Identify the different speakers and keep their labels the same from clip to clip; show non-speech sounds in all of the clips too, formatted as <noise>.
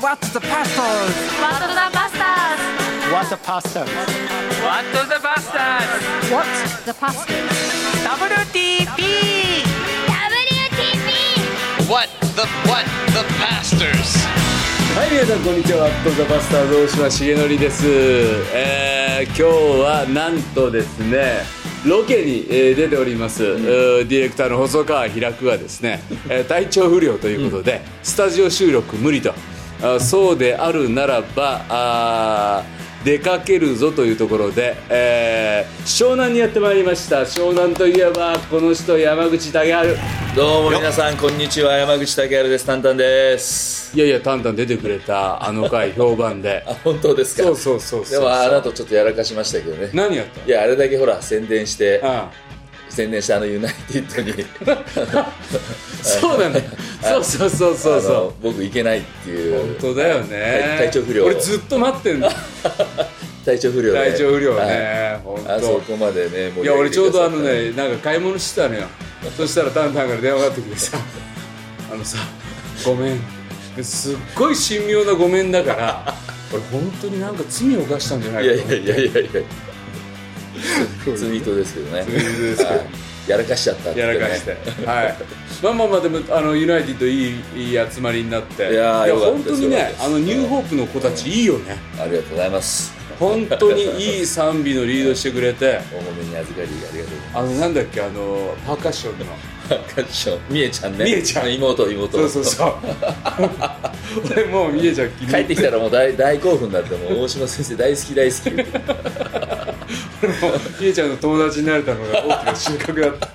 Speaker 1: What's the pastors?
Speaker 2: ワットダバスタ
Speaker 3: What the pastor?
Speaker 1: What the pastors?
Speaker 2: ーズ What's the pastors?
Speaker 1: WTP!
Speaker 2: WTP!
Speaker 4: What the what the pastors?
Speaker 5: はい皆さんこんにちは「ワット・ザ・バスターズ」大島重則です、えー今日はなんとですねロケに、えー出ております、うーディレクターの細川平久がです <laughs> ね、えー体調不良ということで、スタジオ収録無理とあそうであるならばあー出かけるぞというところで、えー湘南にやってまいりました湘南といえばこの人山口武春
Speaker 6: どうも皆さんこんにちは山口武春ですタンタンです
Speaker 5: いやいやタンタン出てくれたあの回評判 <laughs> で
Speaker 6: あ本当ですか
Speaker 5: そうそうそうそう
Speaker 6: でもあなたちょっとやらかしましたけどね
Speaker 5: 何やったの
Speaker 6: いやあれだけほら宣伝して
Speaker 5: あ
Speaker 6: 宣伝したあのユナイティッドに
Speaker 5: あそうだね。そうそうそう <laughs> そう
Speaker 6: あ
Speaker 5: そ
Speaker 6: の僕行けないっていう
Speaker 5: う。本当だよね。
Speaker 6: 体体調不良
Speaker 5: 俺ずっと待ってんだ。
Speaker 6: 体調不良で
Speaker 5: 体調不良
Speaker 6: はい
Speaker 5: ね。本
Speaker 6: あそ
Speaker 5: 当。
Speaker 6: こまでね盛り上げて
Speaker 5: いや俺ちょうどあの
Speaker 6: くださっ
Speaker 5: ねなんか買い物してたのよ。そしたらタンタンから電話がかかってきてさ、 <laughs> あのさごめん。すっごい神妙なごめんだから。俺本当になんか罪を犯したんじゃな
Speaker 6: た
Speaker 5: い
Speaker 6: いや
Speaker 5: かと
Speaker 6: い
Speaker 5: 思っ
Speaker 6: や
Speaker 5: て
Speaker 6: いやいやいやツイートですけどね
Speaker 5: ツイートですけど
Speaker 6: はいやらかしちゃったってね
Speaker 5: やらかして、はい、 <laughs> まあまあまあでもあのユナイティといいいい集まりになって
Speaker 6: いやーよかった
Speaker 5: 本当に
Speaker 6: よか
Speaker 5: ね
Speaker 6: った
Speaker 5: あのニューホープの子たちいいよね、
Speaker 6: ありがとうございます
Speaker 5: 本当にいい賛美のリードしてくれて
Speaker 6: お褒めに預かりありがとうございます
Speaker 5: あのなんだっけあのパーカッションの
Speaker 6: パーカッションみえちゃんね
Speaker 5: みえちゃん
Speaker 6: 妹妹
Speaker 5: そうそ
Speaker 6: <laughs>
Speaker 5: うそう俺もう見えちゃう気に
Speaker 6: 帰ってきたらもう大大興奮になってもう大島先生大好き大好
Speaker 5: <laughs>
Speaker 6: き
Speaker 5: 俺もみえちゃんの友達になれたのが大きな収穫だった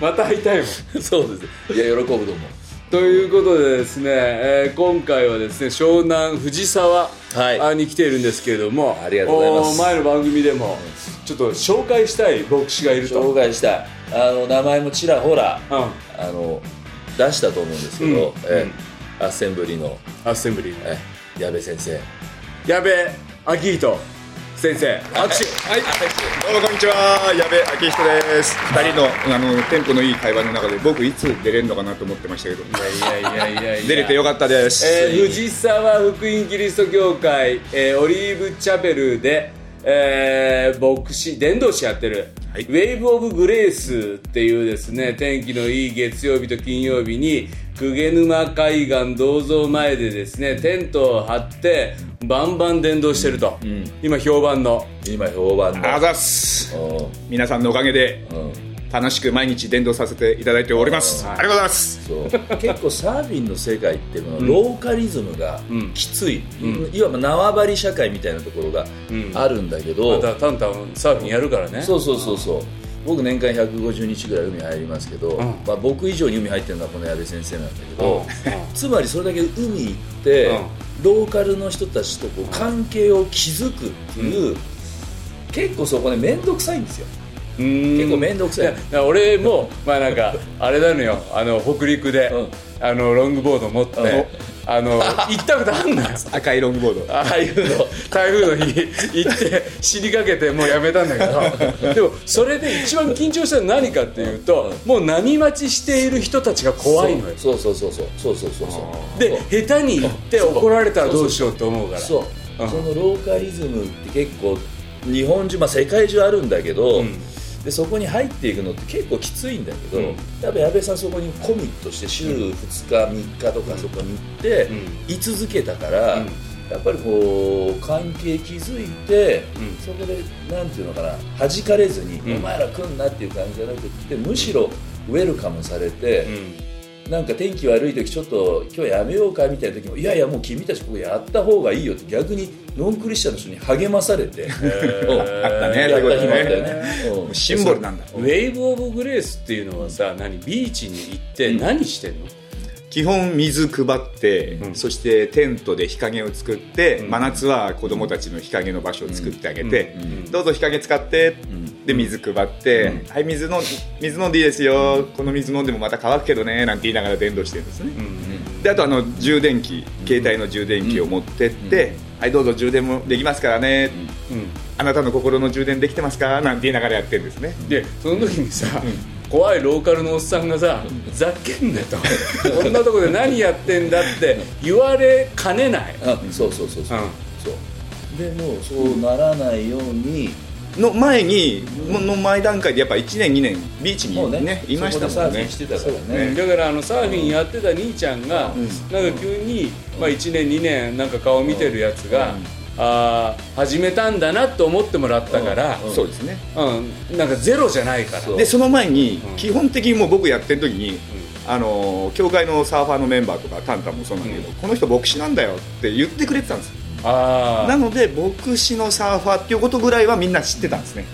Speaker 5: また会いたいもん
Speaker 6: そうですいや喜ぶと思う
Speaker 5: ということでですね、えー今回はですね湘南藤沢
Speaker 6: はい
Speaker 5: あに来ているんですけれども、
Speaker 6: ありがとうございます
Speaker 5: お前の番組でもちょっと紹介したい牧師がいると、
Speaker 6: 紹介したいあの名前もちらほら
Speaker 5: うん、
Speaker 6: あの出したと思うんですけど、
Speaker 5: うん
Speaker 6: えアッセンブリの
Speaker 5: アッセンブリーの
Speaker 6: え矢部先生
Speaker 5: 矢部昭仁先生握手はい、
Speaker 7: どうもこんにちは、矢部明人です。二人のあのテンポのいい会話の中で僕いつ出れるのかなと思ってましたけど、
Speaker 5: い、やいやいやいや
Speaker 7: 出れてよかったです。
Speaker 5: えー藤沢福音キリスト教会、えーオリーブチャペルで、えー牧師伝道師やってる、
Speaker 7: はい
Speaker 5: ウェイブ・オブ・グレースっていうですね天気のいい月曜日と金曜日に鵠沼海岸銅像前でですねテントを張ってバンバン伝道してると、今評判の
Speaker 6: 今評判
Speaker 7: あ
Speaker 6: の
Speaker 7: ざっす。
Speaker 6: うん
Speaker 7: 皆さんのおかげで
Speaker 6: うん
Speaker 7: 楽しく毎日伝道させていただいております。ありがとうございます。
Speaker 6: そう結構サーフィンの世界ってこのローカリズムが
Speaker 5: ん
Speaker 6: きつい、いわば縄張り社会みたいなところがあるんだけど、
Speaker 5: またタンタンサーフィンやるからね
Speaker 6: そうそうそうそう僕年間150日ぐらい海入りますけど、まあ、僕以上に海入ってるのはこの矢部先生なんだけど、つまりそれだけ海行って、ローカルの人たちとこう関係を築くっていう、結構そこね面倒くさいんですよ
Speaker 5: 結
Speaker 6: <laughs> 結構面倒くさい
Speaker 5: だから俺もまあなんかあれなのよあの北陸で、
Speaker 6: う
Speaker 5: あのロングボード持って、あの行ったことあんのよ
Speaker 7: 赤いロングボード。
Speaker 5: ああいうの台風の日行って死にかけてもうやめたんだけどでもそれで一番緊張したのは何かっていうともう何待ちしている人たちが怖いのよ
Speaker 6: そうそうそうそうそうそうそうそう
Speaker 5: で下手に行って怒られたらどうしようって思うから
Speaker 6: そう、
Speaker 5: うん
Speaker 6: そのローカリズムって結構日本中、まあ、世界中あるんだけど、
Speaker 5: ん
Speaker 6: でそこに入っていくのって結構きついんだけど、
Speaker 5: うん
Speaker 6: やっぱ矢部さんそこにコミットして週2日3日とかそこに行って、
Speaker 5: ん
Speaker 6: 居続けたから、
Speaker 5: うん
Speaker 6: やっぱりこう関係築いて、
Speaker 5: うん
Speaker 6: そこでなんていうのかな弾かれずに、
Speaker 5: ん
Speaker 6: お前ら来んなっていう感じじゃなくってむしろウェルカムされて、
Speaker 5: うん
Speaker 6: なんか天気悪い時ちょっと今日やめようかみたいな時もいやいやもう君たちここやった方がいいよって逆にノンクリスチャンの人に励まされて、うん
Speaker 7: あったね。
Speaker 6: やっ
Speaker 7: と
Speaker 6: た
Speaker 7: い
Speaker 6: 日
Speaker 7: うこ
Speaker 6: もあ
Speaker 7: と
Speaker 6: った
Speaker 7: で
Speaker 6: よね
Speaker 7: ね。、
Speaker 6: うん
Speaker 7: シンボルなんだ。
Speaker 5: ウェイブ・オブ・グレースっていうのはさ何ビーチに行って何してんの、
Speaker 7: 基本水配って、
Speaker 5: ん
Speaker 7: そしてテントで日陰を作って、真夏は子供たちの日陰の場所を作ってあげて、どうぞ日陰使って、で水配って、はい水の水飲んでいいですよ、この水飲んでもまた乾くけどねなんて言いながら電動してるんですね、であとあの充電器携帯の充電器を持ってって、はいどうぞ充電もできますからね、あなたの心の充電できてますかなんて言いながらやってるんですね
Speaker 5: でその時にさ、怖いローカルのおっさんがさ「ざけんな」と「こんなとこで何やってんだ」って言われかねない
Speaker 6: あそうそうそうそう,、
Speaker 5: うん
Speaker 6: そうでもうそうならないように、
Speaker 7: の前にもの前段階でやっぱ1年2年ビーチ
Speaker 6: もう
Speaker 7: に
Speaker 6: ね
Speaker 7: ねいました
Speaker 6: そこ
Speaker 7: もん
Speaker 6: でサーフィ
Speaker 7: ね
Speaker 6: ンしてたから
Speaker 7: ね
Speaker 6: ね
Speaker 5: だからあのサーフィンやってた兄ちゃんが、なんか急に、まあ、1年2年なんか顔見てるやつが、あー始めたんだなと思ってもらったから、
Speaker 6: うん
Speaker 7: そうですね
Speaker 5: うん、なんかゼロじゃないから
Speaker 6: そう
Speaker 7: でその前に
Speaker 5: うん
Speaker 7: 基本的にもう僕やってる時に、あの教会のサーファーのメンバーとかタンタンもそうなんだけど、この人牧師なんだよって言ってくれてたんですよ
Speaker 5: あ
Speaker 7: な
Speaker 5: あ
Speaker 7: ので牧師のサーファーっていうことぐらいはみんな知ってたんですね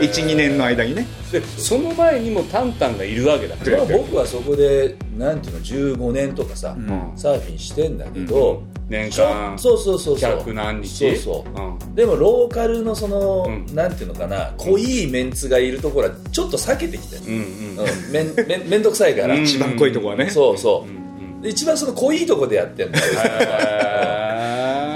Speaker 7: 12年の間にね
Speaker 5: でその前にもタンタンがいるわけだから
Speaker 6: まあ、僕はそこでなんていうの15年とかさ、
Speaker 7: ん
Speaker 6: サーフィンしてんだけど、
Speaker 5: 年
Speaker 6: ちょ
Speaker 5: 間
Speaker 6: そうそうそうそう
Speaker 5: 100何日
Speaker 6: そうそう、
Speaker 5: うん
Speaker 6: でもローカルのその、
Speaker 5: うん
Speaker 6: なんていうのかな濃いメンツがいるところはちょっと避けてきて
Speaker 5: うん
Speaker 6: る、
Speaker 5: うん
Speaker 6: うんめんめんめんどくさいから、
Speaker 5: うん
Speaker 7: 一番濃いとこはね、
Speaker 6: そうそう、
Speaker 5: うん
Speaker 6: で一番その濃いとこでやってんだよ
Speaker 5: へ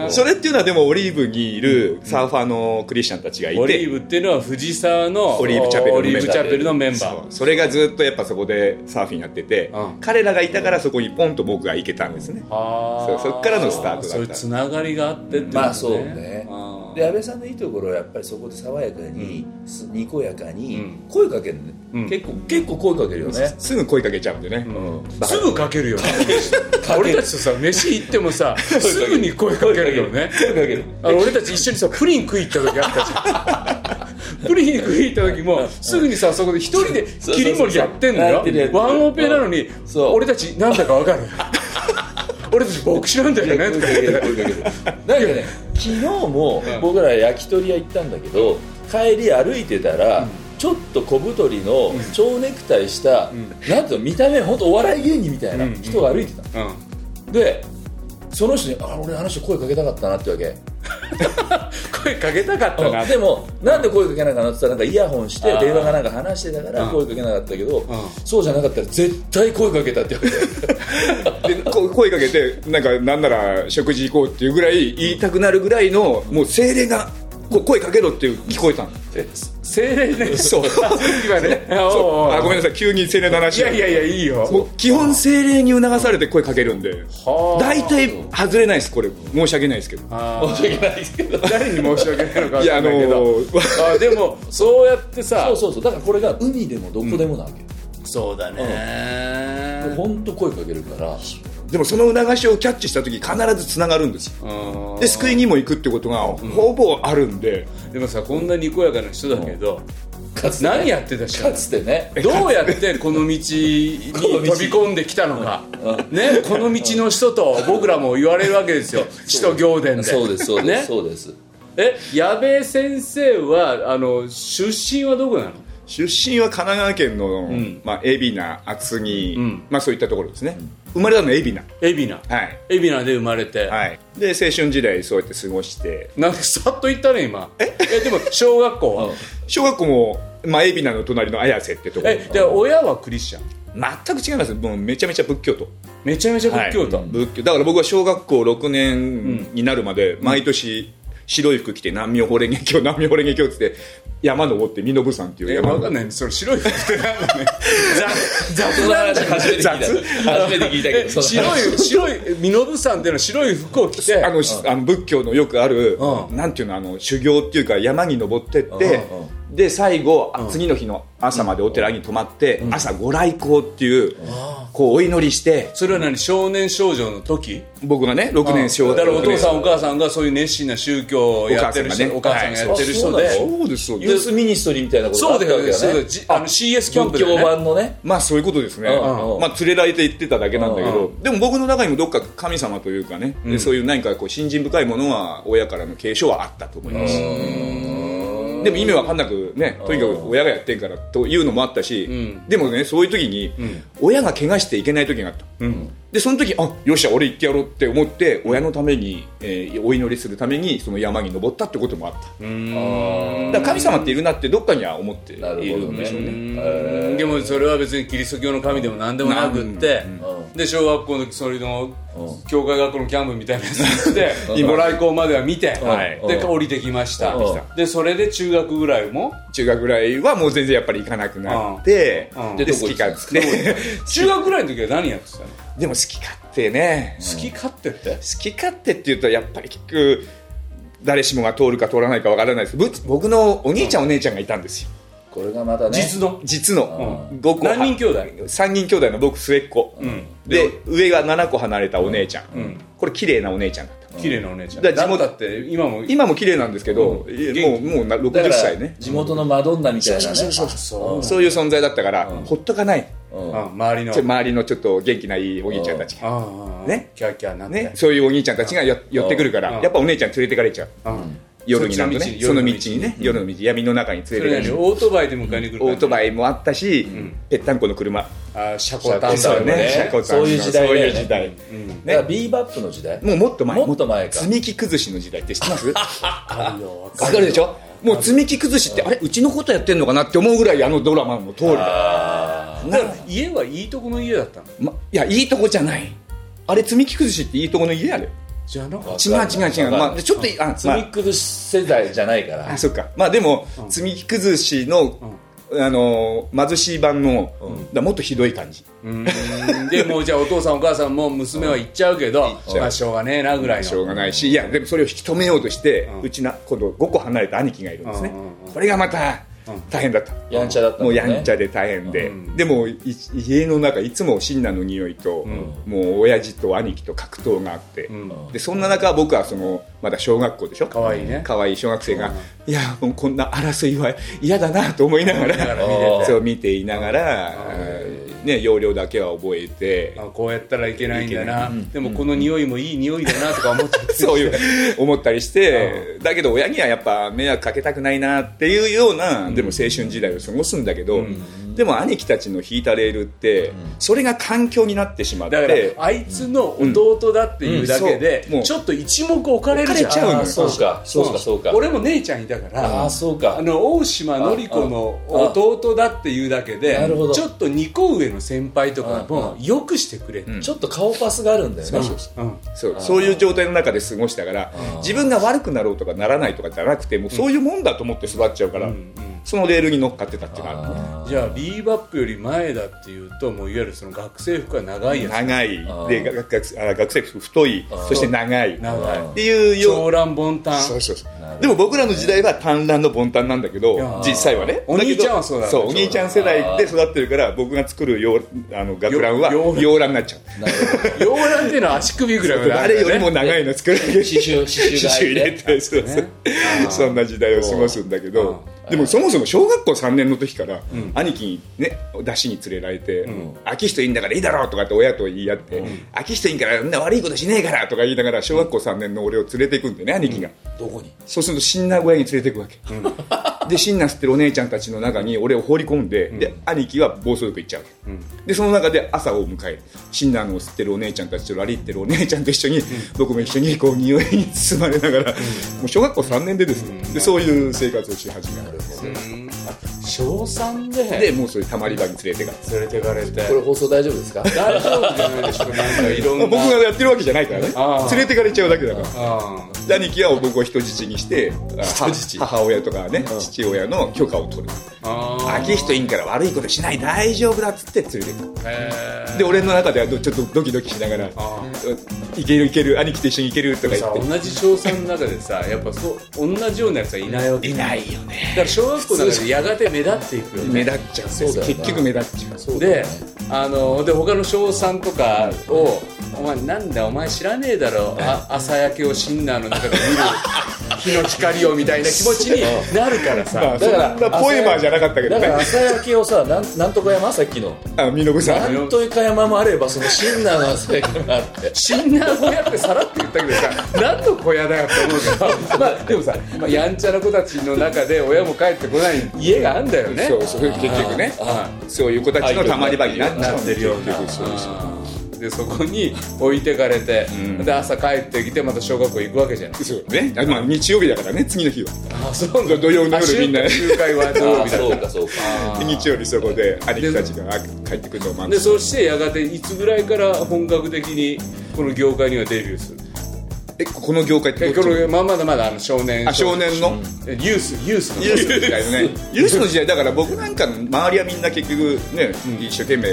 Speaker 5: ー
Speaker 7: それっていうのはでもオリーブにいるサーファーのクリスチャンたちがいて、
Speaker 5: オリーブっていうのは藤沢の
Speaker 7: オリーブチャペルの
Speaker 5: オリーブチャペルのメンバ
Speaker 7: そ
Speaker 5: ー
Speaker 7: うそれがずっとやっぱそこでサーフィンやってて、
Speaker 5: うん
Speaker 7: 彼らがいたからそこにポンと僕が行けたんですね
Speaker 5: あー
Speaker 7: そうそっからのスタートだった
Speaker 5: そういうつながりがあってってことね
Speaker 6: まあそうね
Speaker 5: あー
Speaker 6: で安倍さんのいいところはやっぱりそこで爽やかに、すにこやか
Speaker 5: う
Speaker 6: に
Speaker 5: ん
Speaker 6: 声かけるね、
Speaker 5: うん
Speaker 6: 結構結構声かけるよね、
Speaker 7: すぐ声かけちゃうんでね、
Speaker 5: すぐかけるよね俺たちとさ飯行ってもさすぐに声かけるよね
Speaker 6: 声かける
Speaker 5: あの俺たち一緒にさプリン食い行った時あったじゃんプリン食い行った時もすぐにさそこで一人で切り盛りやってんの
Speaker 6: やってるやって
Speaker 5: よ
Speaker 6: る
Speaker 5: ワンオペなのに
Speaker 6: そう
Speaker 5: 俺たちなんだかわかる俺たち牧師なんだよねとか言って
Speaker 6: なんかね昨日も僕ら焼き鳥屋行ったんだけど帰り歩いてたらちょっと小太りの蝶ネクタイしたなんていうの見た目本当お笑い芸人みたいな人が歩いてたの
Speaker 5: うん
Speaker 6: でその人に「あ俺あの人声かけたかったな」ってわけ
Speaker 5: 声かけたかったな
Speaker 6: でもなんで声かけなかったのって言ったらなんかイヤホンして
Speaker 5: あー
Speaker 6: 電話がなんか話してたから
Speaker 5: うん
Speaker 6: 声かけなかったけどそうじゃなかったら絶対声かけた <laughs> って言われてで
Speaker 7: でこ声かけてなんかなんなら食事行こうっていうぐらい言いたくなるぐらいのもう精霊がこう声かけろっていう聞こえたの
Speaker 5: 精霊ね
Speaker 7: そう
Speaker 5: 今ね
Speaker 7: <laughs> そう
Speaker 5: おうおう
Speaker 7: あごめんなさい急に精霊の
Speaker 5: い
Speaker 7: 話
Speaker 5: やいやいやいいよ
Speaker 7: もう基本精霊に促されて声かけるんで
Speaker 5: はあ
Speaker 7: 大体外れないですこれ申し訳ないですけど
Speaker 5: あー
Speaker 6: 申し訳ないですけ <laughs> ど
Speaker 5: 誰に申し訳ないのかわ
Speaker 7: いや
Speaker 5: か
Speaker 7: あ
Speaker 5: ん
Speaker 7: の
Speaker 5: ないけど、
Speaker 7: ー
Speaker 5: あでもそうやってさ
Speaker 6: そうそうそうだからこれが海でもどこでもなわけ
Speaker 5: そうだね
Speaker 6: 本当声かけるから
Speaker 7: でもその促しをキャッチした時必ずつながるんですよ
Speaker 5: うん
Speaker 7: で救いにも行くってことがほぼあるんで、
Speaker 5: でもさこんなにこやかな人だけど、
Speaker 6: かつてね
Speaker 5: 何やってたっしょ
Speaker 6: かつてね
Speaker 5: どうやってこの道に飛び込んできたのか、ね、この道の人と僕らも言われるわけですよ使徒行伝で
Speaker 6: そうですそう <laughs> です、
Speaker 5: ね、
Speaker 6: そうです
Speaker 5: え矢部先生はあの出身はどこなの
Speaker 7: 出身は神奈川県の、
Speaker 5: ん
Speaker 7: まあ、海老名厚木、
Speaker 5: ん
Speaker 7: まあ、そういったところですね、生まれたの海老
Speaker 5: 海老名
Speaker 7: 名はい、
Speaker 5: 海老名で生まれて、
Speaker 7: はい、で青春時代そうやって過ごして
Speaker 5: なんかさっと言ったね今えでも小学校は、
Speaker 7: 小学校も、まあ、海老名の隣の綾瀬ってところ
Speaker 5: えで親はクリスチャン
Speaker 7: 全く違いますもうめちゃめちゃ仏教と
Speaker 5: めちゃめちゃ仏教徒、
Speaker 7: はい仏教だから僕は小学校6年になるまで毎年白い服着て南明法蓮華経南明法蓮華経っつって山登って身延山っていう
Speaker 5: え
Speaker 7: 山
Speaker 5: わかんないその白い服ってなんだね
Speaker 6: 雑な話初めて聞いた初めて聞いたけ
Speaker 5: え
Speaker 6: ど <laughs> その
Speaker 5: 白い白い身延山での白い服を着て
Speaker 7: あの、あの仏教のよくある、
Speaker 5: うん
Speaker 7: なんていうのあの修行っていうか山に登ってって、
Speaker 6: うんう
Speaker 7: で最後、あ次の日の朝までお寺に泊まって、朝ご来光っていう、こうお祈りして
Speaker 5: それは何少年少女の時
Speaker 7: 僕がね6年小
Speaker 5: だからお父さん
Speaker 7: ん
Speaker 5: お母さんがそういう熱心な宗教をやってる人お
Speaker 7: お
Speaker 5: 母
Speaker 7: 母
Speaker 5: さ
Speaker 7: さ
Speaker 5: ん
Speaker 7: んがね
Speaker 5: がやってる人
Speaker 6: はい
Speaker 5: で
Speaker 7: そうですそう
Speaker 6: ユ
Speaker 7: で
Speaker 6: ー
Speaker 7: す
Speaker 6: スミニストリーみたいなことがあ
Speaker 5: そ
Speaker 6: っ
Speaker 5: う
Speaker 6: た
Speaker 5: だ
Speaker 6: わ
Speaker 5: よ
Speaker 6: け
Speaker 5: ねそう
Speaker 6: だ
Speaker 5: だ
Speaker 6: ね
Speaker 5: よじあの CS キャンプ
Speaker 6: 仏
Speaker 5: で
Speaker 6: 教
Speaker 5: ね
Speaker 6: 版のね
Speaker 7: まあそういうことですね、
Speaker 6: うんうん
Speaker 7: まあ、連れられて行ってただけなんだけど、
Speaker 6: う
Speaker 7: でも僕の中にもどっか神様というかね、でそういう何かこう信心深いものは親からの継承はあったと思います、でも意味わかんなくねとにかく親がやってんからというのもあったし、
Speaker 5: ん
Speaker 7: でもねそういう時に親が怪我していけない時があった、でその時あよっしゃ俺行ってやろうって思って親のために、えーお祈りするためにその山に登ったってこともあっただから神様っているなってどっかには思ってい
Speaker 6: なる
Speaker 7: る
Speaker 6: ほど
Speaker 7: ん
Speaker 6: ね
Speaker 7: でしょうね
Speaker 5: うんでもそれは別にキリスト教の神でも何でもなくって
Speaker 6: うん
Speaker 5: で小学校のそれの
Speaker 6: う
Speaker 5: 教会学校のキャンプみたいなやつに行って
Speaker 7: うん
Speaker 5: ご来光までは見て、
Speaker 7: はい
Speaker 5: で降りてきました
Speaker 6: うん
Speaker 5: でそれで中学ぐらいも
Speaker 7: 中学ぐらいはもう全然やっぱり行かなくなって、
Speaker 5: うんうん
Speaker 7: で
Speaker 6: で
Speaker 7: 好き勝手
Speaker 5: 中学ぐらいの時は何やってたの
Speaker 7: でも好き勝手ね
Speaker 5: 好き勝手って
Speaker 7: 好き勝手っていうとやっぱり結局誰しもが通るか通らないかわからないですぶ僕のお兄ちゃんお姉ちゃんがいたんですよ
Speaker 6: これがまたね
Speaker 5: 実の
Speaker 7: 実の
Speaker 5: うん
Speaker 7: 5個
Speaker 5: 何人兄弟
Speaker 7: 3人兄弟の僕末っ子、
Speaker 5: ん
Speaker 7: で上が7個離れたお姉ちゃん、これ綺麗なお姉ちゃんだった
Speaker 5: 綺麗なお姉ちゃん
Speaker 7: だ
Speaker 5: だ
Speaker 7: から地元
Speaker 5: だって今も
Speaker 7: 今も綺麗なんですけど、いやもうもうな
Speaker 6: だか
Speaker 7: 60
Speaker 6: ら
Speaker 7: 歳ね
Speaker 6: 地元のマドンナみたいなね
Speaker 5: そう
Speaker 7: そういう存在だったから、ほっとかない
Speaker 5: あ周りの
Speaker 7: ちょ周りのちょっと元気ないお兄ちゃんたちが、
Speaker 5: ああああ
Speaker 7: ね
Speaker 5: キャーキャーなって
Speaker 7: ね、そういうお兄ちゃんたちがよ寄ってくるか
Speaker 5: う
Speaker 7: ら
Speaker 5: ん
Speaker 7: やっぱお姉ちゃん連れてかれちゃう
Speaker 5: うん
Speaker 7: 夜になるとね
Speaker 5: そ
Speaker 7: そ
Speaker 5: っちの道
Speaker 7: の道にね夜の道闇の中に連れて
Speaker 5: そ
Speaker 7: か
Speaker 5: れ
Speaker 7: れ
Speaker 5: 何
Speaker 7: ちゃう
Speaker 5: オートバイで迎えに来る
Speaker 7: オートバ
Speaker 5: イ
Speaker 7: イもあったし、ぺったんこの車
Speaker 5: あ車庫タン
Speaker 6: そうだね
Speaker 7: 車庫
Speaker 6: そういう時代
Speaker 7: そ
Speaker 6: だよ
Speaker 7: うい
Speaker 6: ね
Speaker 7: う時代、
Speaker 6: だからビーバップの時代
Speaker 7: もうもっと前
Speaker 6: もっと前か
Speaker 7: 積み木崩しの時代って知ってますわ
Speaker 5: あるよわ
Speaker 7: かるでしょもう積み木崩しってあれうちのことやってんのかなって思うぐらいあのドラマの通りだ
Speaker 5: だから家はいいとこの家だったの
Speaker 7: ま、いやいいとこじゃないあれ積み木崩しっていいとこの家あれ
Speaker 5: じゃなかっ
Speaker 7: 違う違う違う、まあ、でちょっといあ、まあ
Speaker 6: 積み崩し世代じゃないから
Speaker 7: あそっかまあでも、積み木崩しの、あのー貧しい版の、だからもっとひどい感じ
Speaker 5: たでもうじゃあお父さんお母さんも娘は行っちゃうけど
Speaker 7: ちゃう
Speaker 5: まあしょうがねえなぐらい
Speaker 7: しょう
Speaker 5: の
Speaker 7: がないしいやでもそれを引き止めようとして、うちな今度5個離れた兄貴がいるんですね、
Speaker 5: うんうん
Speaker 7: これがまた大変だった、
Speaker 6: やんちゃだった
Speaker 7: も
Speaker 6: もん
Speaker 7: う
Speaker 6: ね
Speaker 7: やんちゃで大変で、でもい家の中いつも親鸞の匂いと、もう親父と兄貴と格闘があって、でそんな中僕はそのまだ小学校でしょ
Speaker 5: 可愛いね
Speaker 7: 可愛い小学生が、いやもうこんな争いは嫌だなと思いながら
Speaker 6: 見てて
Speaker 7: そう見ていながら、ね、要領だけは覚えて
Speaker 5: あこうやったらいけないんだなでもこの匂いもいい匂いだなとか思っちゃ
Speaker 7: <laughs>
Speaker 5: って
Speaker 7: そういう思ったりして、だけど親にはやっぱ迷惑かけたくないなっていうような、でも青春時代を過ごすんだけど、でも兄貴たちの引いたレールって、それが環境になってしまっ
Speaker 5: だから
Speaker 7: て、
Speaker 5: あいつの弟だっていうだけ
Speaker 7: うん
Speaker 5: で
Speaker 7: そうもう
Speaker 5: ちょっと一目置かれるじゃん
Speaker 7: 置かれちゃうのよ
Speaker 6: あそうかそうかそうか
Speaker 5: 俺も姉ちゃんいたから
Speaker 6: ああそうか
Speaker 5: あの大島紀子の弟だっていうだけで
Speaker 6: あなるほど
Speaker 5: ちょっと2個上の先輩とかもよくしてくれて、
Speaker 6: ちょっと顔パスがあるんだよね
Speaker 5: うん
Speaker 7: そうそういう状態の中で過ごしたから自分が悪くなろうとかならないとかじゃなくてもうそういうもんだと思って育っちゃうから、そのレールに乗っかってたっていうのがある
Speaker 5: じゃあビーバップより前だっていうともういわゆるその学生服は長いや
Speaker 7: 長い
Speaker 6: ー
Speaker 7: で学学あ学生服太いそして長い
Speaker 5: つ長い
Speaker 7: っていうよう
Speaker 5: 長蘭凡単
Speaker 7: そうそうそうでも僕らの時代は単乱の凡単なんだけど実際はね
Speaker 5: お兄ちゃんはそうだね
Speaker 7: けどそうお兄ちゃん世代で育ってるから僕が作る洋あの学ランは
Speaker 5: よ洋
Speaker 7: 洋ランになっちゃう
Speaker 5: 長蘭っていうのは足首ぐらいまで
Speaker 7: あ
Speaker 5: ある
Speaker 7: れ
Speaker 5: ん
Speaker 7: よ
Speaker 5: だ
Speaker 7: り
Speaker 5: ね
Speaker 7: も長いの作る <laughs> 刺
Speaker 6: 繍刺繍が入っ
Speaker 7: 入
Speaker 6: て
Speaker 7: れてそうそうそんな時代を過ごすんだけどでもそもそも小学校3年の時から兄貴にね出しに連れられて「秋人いいんだからいいだろ」とかって親と言い合って「秋人いいからみんな悪いことしねえから」とか言いながら小学校3年の俺を連れていくんでね兄貴が。
Speaker 6: どこに
Speaker 7: そうすると新名古屋に連れていくわけ、で新名吸ってるお姉ちゃんたちの中に俺を放り込んで,、で兄貴は暴走族行っちゃうわけ、でその中で朝を迎える新名の吸ってるお姉ちゃんたちとラリってるお姉ちゃんと一緒に、僕も一緒にこう匂いに包まれながら、もう小学校3年でですね、でそういう生活をし始める、
Speaker 5: 小3
Speaker 7: で
Speaker 5: で
Speaker 7: もうそれたまり場に連れてかれて
Speaker 5: 連れてかれて
Speaker 6: これ放送大丈夫ですか <laughs>
Speaker 5: 大丈夫じゃないでしょうかなんかいろんな
Speaker 7: 僕がやってるわけじゃないからね
Speaker 5: ああ
Speaker 7: 連れてかれちゃうだけだから
Speaker 5: あ
Speaker 7: で兄貴は僕を人質にして
Speaker 6: 人質
Speaker 7: 母親とかね、父親の許可を取る
Speaker 5: ああ
Speaker 7: 秋人いいんから悪いことしない大丈夫だっつって連れてく
Speaker 5: あへえ
Speaker 7: で俺の中ではどちょっとドキドキしながら
Speaker 5: あ
Speaker 7: 「いけるいける兄貴と一緒にいける」とか言
Speaker 5: さ
Speaker 7: っ
Speaker 5: 同じ小3の中でさやっぱそう同じようなやつはいないわけ
Speaker 7: ていないよね
Speaker 5: だから小学校の中でやがて目立っていくよね
Speaker 7: 目立っちゃうんです
Speaker 6: そうだよな
Speaker 7: 結局目立っちゃう
Speaker 6: そうだよ
Speaker 5: で
Speaker 6: ね
Speaker 5: あので他の小3とかを「お前なんだお前知らねえだろあ朝焼けを親鸞の中で見る日の光を」みたいな気持ちになるからさ、
Speaker 7: まあ
Speaker 6: だ
Speaker 7: そん
Speaker 6: から
Speaker 7: なポエマーじゃなかったけど
Speaker 6: だから
Speaker 7: ね
Speaker 6: 朝焼けをさなんなんとか山さっきの
Speaker 7: あ身延さ
Speaker 6: なんんとか山もあればそのシンナーの朝焼けもあって
Speaker 5: 死んだ小屋ってさらって言ったけどさ何の小屋だよって思
Speaker 7: <laughs>
Speaker 5: うけどまあでもさ、まあ、やんちゃな子たちの中で親も帰ってこない家があんだよね
Speaker 7: そうそう結局ねそういう子たちのたまり場になっちゃうん
Speaker 5: なってるような
Speaker 7: 結局そうそう
Speaker 5: ででそこに置いてかれて、
Speaker 7: うん
Speaker 5: で朝帰ってきてまた小学校行くわけじゃない
Speaker 7: そうね、あまあ、日曜日だからね次の日は
Speaker 5: あそう
Speaker 7: 土曜の
Speaker 5: あ
Speaker 7: 夜みんな
Speaker 5: 集集会は土曜
Speaker 6: あ
Speaker 5: 日だ
Speaker 6: そうかそうか
Speaker 5: あー
Speaker 7: 日曜日そこで兄貴たちが帰ってくるのを待
Speaker 5: で
Speaker 7: つ
Speaker 5: そしてやがていつぐらいから本格的にこの業界にはデビューする
Speaker 7: えこの業界って
Speaker 5: え
Speaker 7: ど
Speaker 5: こ
Speaker 7: っち
Speaker 5: のまあまだまだあの少年
Speaker 7: あ少年の
Speaker 5: えユースユ
Speaker 7: <laughs>
Speaker 5: ースの
Speaker 7: ユースの時代のねユースの時代だから僕なんかの周りはみんな結局ね、一生懸命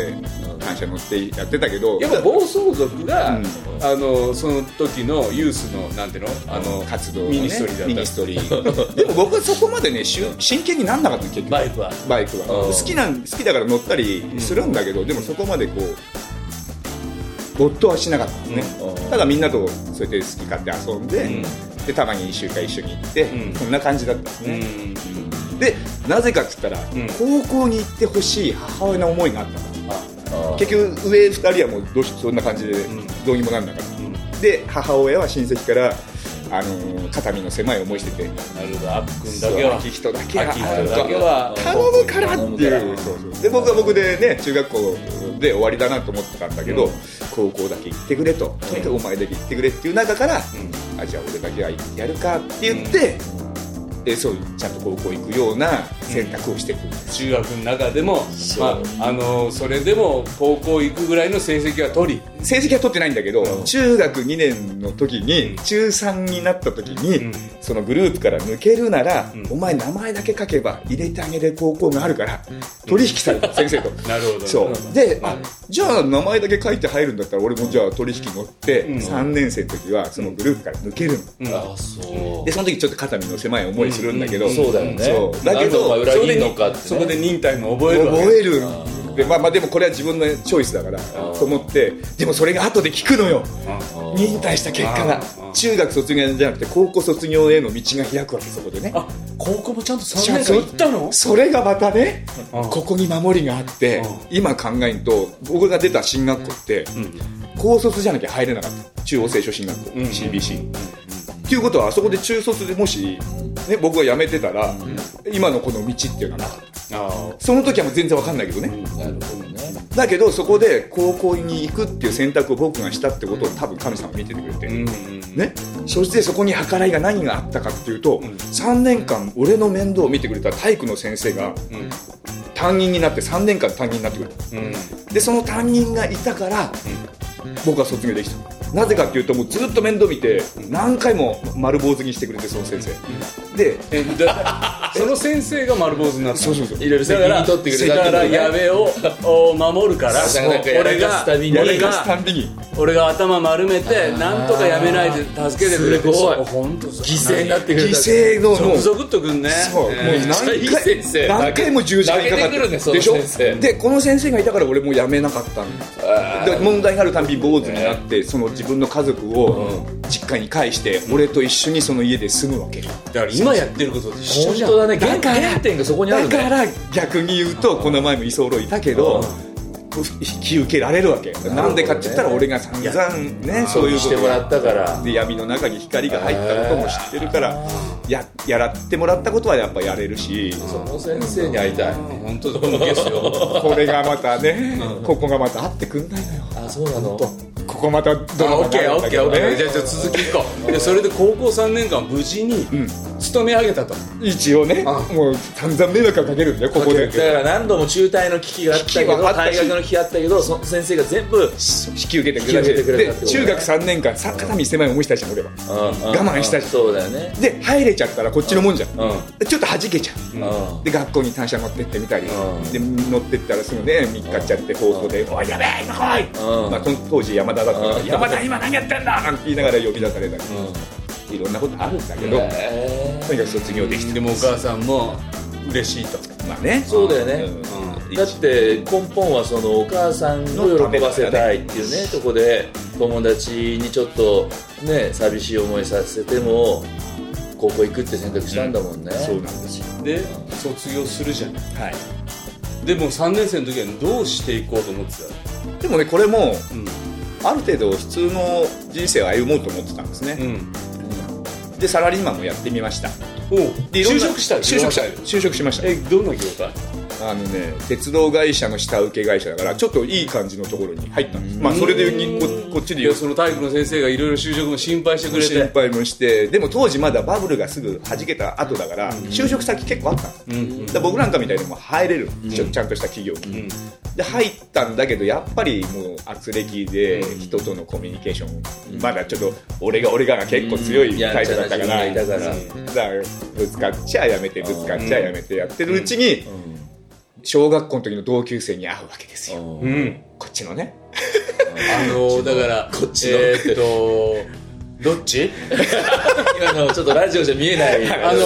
Speaker 7: 感謝乗ってやってたけど
Speaker 5: <laughs> やっぱ暴走族が、
Speaker 7: うん
Speaker 5: あのその時のユースのなんていうのあの
Speaker 7: 活動のね
Speaker 5: ミニストリーだった
Speaker 7: ミニストリーでも僕はそこまでねしゅ真剣になんなかったの結局
Speaker 6: バイクは
Speaker 7: バイクは
Speaker 6: うん
Speaker 7: 好きなん好きだから乗ったりするんだけど、でもそこまでこう没頭はしなかったのね、
Speaker 6: うん
Speaker 7: ただみんなとそうやって好き勝手遊んで、でたまに1週間一緒に行って、
Speaker 5: ん
Speaker 7: こんな感じだったの
Speaker 5: うん
Speaker 7: ね、でなぜかっつったら、
Speaker 5: ん
Speaker 7: 高校に行ってほしい母親の思いがあったの
Speaker 6: あー
Speaker 7: 結局上2人はもうどうしそんな感じで
Speaker 5: ん
Speaker 7: どうにもなんなかった、で母親は親戚から、あのー肩身の狭い思いしてて
Speaker 6: なるほどアップ君だけ
Speaker 7: そう
Speaker 6: は
Speaker 7: 秋人だけは
Speaker 6: 秋人だけは
Speaker 7: 頼むからっていう
Speaker 6: 頼むか
Speaker 7: で僕は僕でね中学校で終わりだなと思ってたんだけど、
Speaker 6: うん
Speaker 7: 高校だけ行ってくれととにかくお前だけ行ってくれっていう中から、あじゃあ俺だけは行ってやるかって言って、えそうちゃんと高校行くような選択をしてくる、
Speaker 5: 中学の中でも、
Speaker 6: そう
Speaker 5: まあ、あのそれでも高校行くぐらいの成績は取り、
Speaker 7: 成績は取ってないんだけど、
Speaker 5: うん
Speaker 7: 中学2年の時に、
Speaker 5: うん
Speaker 7: 中3になった時に、
Speaker 5: うん
Speaker 7: そのグループから抜けるなら、
Speaker 5: ん
Speaker 7: お前名前だけ書けば入れてあげる高校があるから、取引された先生と。
Speaker 5: なるほど
Speaker 7: そうで、あじゃあ名前だけ書いて入るんだったら俺もじゃあ取引乗って、
Speaker 5: ん
Speaker 7: 3年生の時はそのグループから抜けるの、
Speaker 5: うん
Speaker 6: あーそう
Speaker 7: でその時ちょっと肩身の狭い思いするんだけど、
Speaker 6: そうだよね
Speaker 7: そうだ
Speaker 6: な
Speaker 7: けど
Speaker 6: んでお前裏切んのかってね
Speaker 5: そこで忍耐も覚えるわけ
Speaker 7: 覚えるで,、まあ、まあでもこれは自分のチョイスだからと思ってでもそれが後で聞くのよ忍耐した結果が
Speaker 5: うん
Speaker 7: 中学卒業じゃなくて高校卒業への道が開くわけそこでね
Speaker 5: あ高校もちゃんと3年間行ったの
Speaker 7: それがまたね
Speaker 5: うん
Speaker 7: ここに守りがあって今考えると僕が出た進学校って高卒じゃなきゃ入れなかった中央清書進学校
Speaker 5: ん
Speaker 7: CBC っていうことはあそこで中卒でもし、ね、僕が辞めてたら今のこの道っていうのはなかった
Speaker 5: あ
Speaker 7: その時はもう全然わかんないけどね、
Speaker 6: なるほどね
Speaker 7: だけどそこで高校に行くっていう選択を僕がしたってことを多分神様は見ててくれて、
Speaker 5: うん
Speaker 7: ね、そしてそこに計らいが何があったかっていうと、3年間俺の面倒を見てくれた体育の先生が
Speaker 5: うん
Speaker 7: 担任になって3年間担任になってくれた
Speaker 5: うん
Speaker 7: でその担任がいたから僕は卒業できたなぜかっていうともうずっと面倒見て何回も丸坊主にしてくれてその先生で
Speaker 5: えだ <laughs> その先生が丸坊主になった
Speaker 7: そうそうそう
Speaker 6: いろいろ責任取ってくれた
Speaker 5: だ
Speaker 6: ってこ
Speaker 5: か
Speaker 6: と
Speaker 5: ら
Speaker 6: ね
Speaker 5: 矢部を <laughs> お守るから
Speaker 6: そうなんかやら
Speaker 5: 俺
Speaker 6: かす
Speaker 5: が
Speaker 6: たびに
Speaker 5: 俺
Speaker 7: やらかすた
Speaker 5: が
Speaker 7: んびに
Speaker 5: 俺が頭丸めてなんとかやめないで助けてくれて
Speaker 6: すごい
Speaker 5: 本当そう
Speaker 6: 犠牲になってくれ
Speaker 7: 犠
Speaker 6: た
Speaker 7: 牲のも
Speaker 5: ゾ
Speaker 7: う
Speaker 5: クゾクっとくんね
Speaker 7: そう、
Speaker 5: え
Speaker 7: もう
Speaker 5: ー
Speaker 7: 何回
Speaker 6: いい先生
Speaker 7: 何回も十字架にかかっ
Speaker 6: 投げてくるねその
Speaker 7: でしょ
Speaker 6: 先生
Speaker 7: でこの先生がいたから俺もう辞めなかったんだで問題があるたんび坊主になってその自分の家族を実家に返して俺と一緒にその家で住むわけだ
Speaker 5: だから今やってることと一緒
Speaker 6: 本
Speaker 5: じゃん
Speaker 6: 当だね
Speaker 7: だ
Speaker 6: 原
Speaker 7: から
Speaker 6: 原点がそこにあるね
Speaker 7: から逆に言うとこの前も居候いたけど引き受けられるわけなんでかって言ったら俺が散々ねそういうこ
Speaker 6: して
Speaker 7: と
Speaker 6: もらったから
Speaker 7: で闇の中に光が入ったことも知ってるからややらってもらったことはやっぱやれるし
Speaker 6: その先生に会いたい
Speaker 5: 本当だです <laughs> よ
Speaker 7: これがまたね、ここがまたあってくんないのよ。
Speaker 6: あそうなの
Speaker 7: ここまたド
Speaker 5: あ
Speaker 7: ラマ
Speaker 5: オッ
Speaker 7: にな
Speaker 5: ケー <laughs>
Speaker 7: る
Speaker 5: オ
Speaker 7: んだ
Speaker 5: ッ
Speaker 7: け
Speaker 5: ケー
Speaker 7: ど
Speaker 5: オッケーじゃ
Speaker 7: ね
Speaker 5: あ。ちょっと続きいこうでそれで高校3年間無事に
Speaker 7: ん
Speaker 5: 勤め上げたと
Speaker 7: 一応ね、もう散々迷惑はかけるんだよ、ここで
Speaker 6: だ。から何度も中退の危機があったけ
Speaker 7: 危機
Speaker 6: ど
Speaker 7: はあったし
Speaker 6: 退学の危機があったけどその先生が全部
Speaker 7: 引き受けてくれ
Speaker 6: 引き受けてくれた
Speaker 7: で
Speaker 6: ってことね
Speaker 7: 中学3年間、さ肩身狭い思いしたじゃん、俺は。我慢したし
Speaker 6: そうだよね
Speaker 7: で、入れちゃったらこっちのもんじゃん。
Speaker 6: う
Speaker 7: でちょっと弾けちゃう。
Speaker 6: んうん
Speaker 7: で、学校に単車乗ってってみたり
Speaker 6: う、ん
Speaker 7: で、乗ってったらすぐね、見っかっちゃって、放送で、おい、やべえ、今来い
Speaker 6: うん
Speaker 7: まあ、と当時山田だったから、
Speaker 6: うん
Speaker 7: 山田今何やってんだなんて言いながら呼び出されたり、いろんなことあるんだけど、
Speaker 6: へー
Speaker 7: とにかく卒業できて。
Speaker 5: でもお母さんも嬉しいと
Speaker 7: まあね。
Speaker 6: そうだよね
Speaker 7: うん
Speaker 6: だって根本はそのお母さんを喜ばせたいっていうねとこで友達にちょっとね寂しい思いさせても高校行くって選択したんだもんね、
Speaker 7: そうなんですよ。
Speaker 5: で卒業するじゃん
Speaker 7: はい。
Speaker 5: でも3年生の時はどうしていこうと思って
Speaker 7: でもねこれも
Speaker 5: た
Speaker 7: あ
Speaker 5: の
Speaker 7: る程度普通の人生を歩もうと思ってたんです
Speaker 5: う
Speaker 7: ね、
Speaker 5: んうん
Speaker 7: でサラリーマンもやってみました
Speaker 5: おう
Speaker 7: でいろん
Speaker 5: 就
Speaker 7: な
Speaker 5: 職した
Speaker 7: 就職した就職しました
Speaker 5: えどんな業界
Speaker 7: あのね、鉄道会社の下請け会社だから、ちょっといい感じのところに入ったんです。まあ、それでにここっちで
Speaker 5: い
Speaker 7: 言う
Speaker 5: やその体育の先生がいろいろ就職も心配してくれ
Speaker 7: 心
Speaker 5: て
Speaker 7: 配もしてでも当時まだバブルがすぐ弾けた後だから就職先結構あったの、だから僕なんかみたいにもう入れる、ちょちゃんとした企業に、で入ったんだけどやっぱりもう圧力で人とのコミュニケーション、まだちょっと俺が俺がが結構強いタイプだったから、
Speaker 6: やんちゃな自分がいたから
Speaker 7: だからぶつかっちゃやめてぶつかっちゃやめてやってるうちに、小学校の時の同級生に会うわけですよ、
Speaker 5: うん
Speaker 7: こっちのね
Speaker 5: あのだから
Speaker 6: こっちの
Speaker 5: えーっと <laughs> どっち
Speaker 6: 今のちょっとラジオじゃ見え <laughs> ない
Speaker 5: あの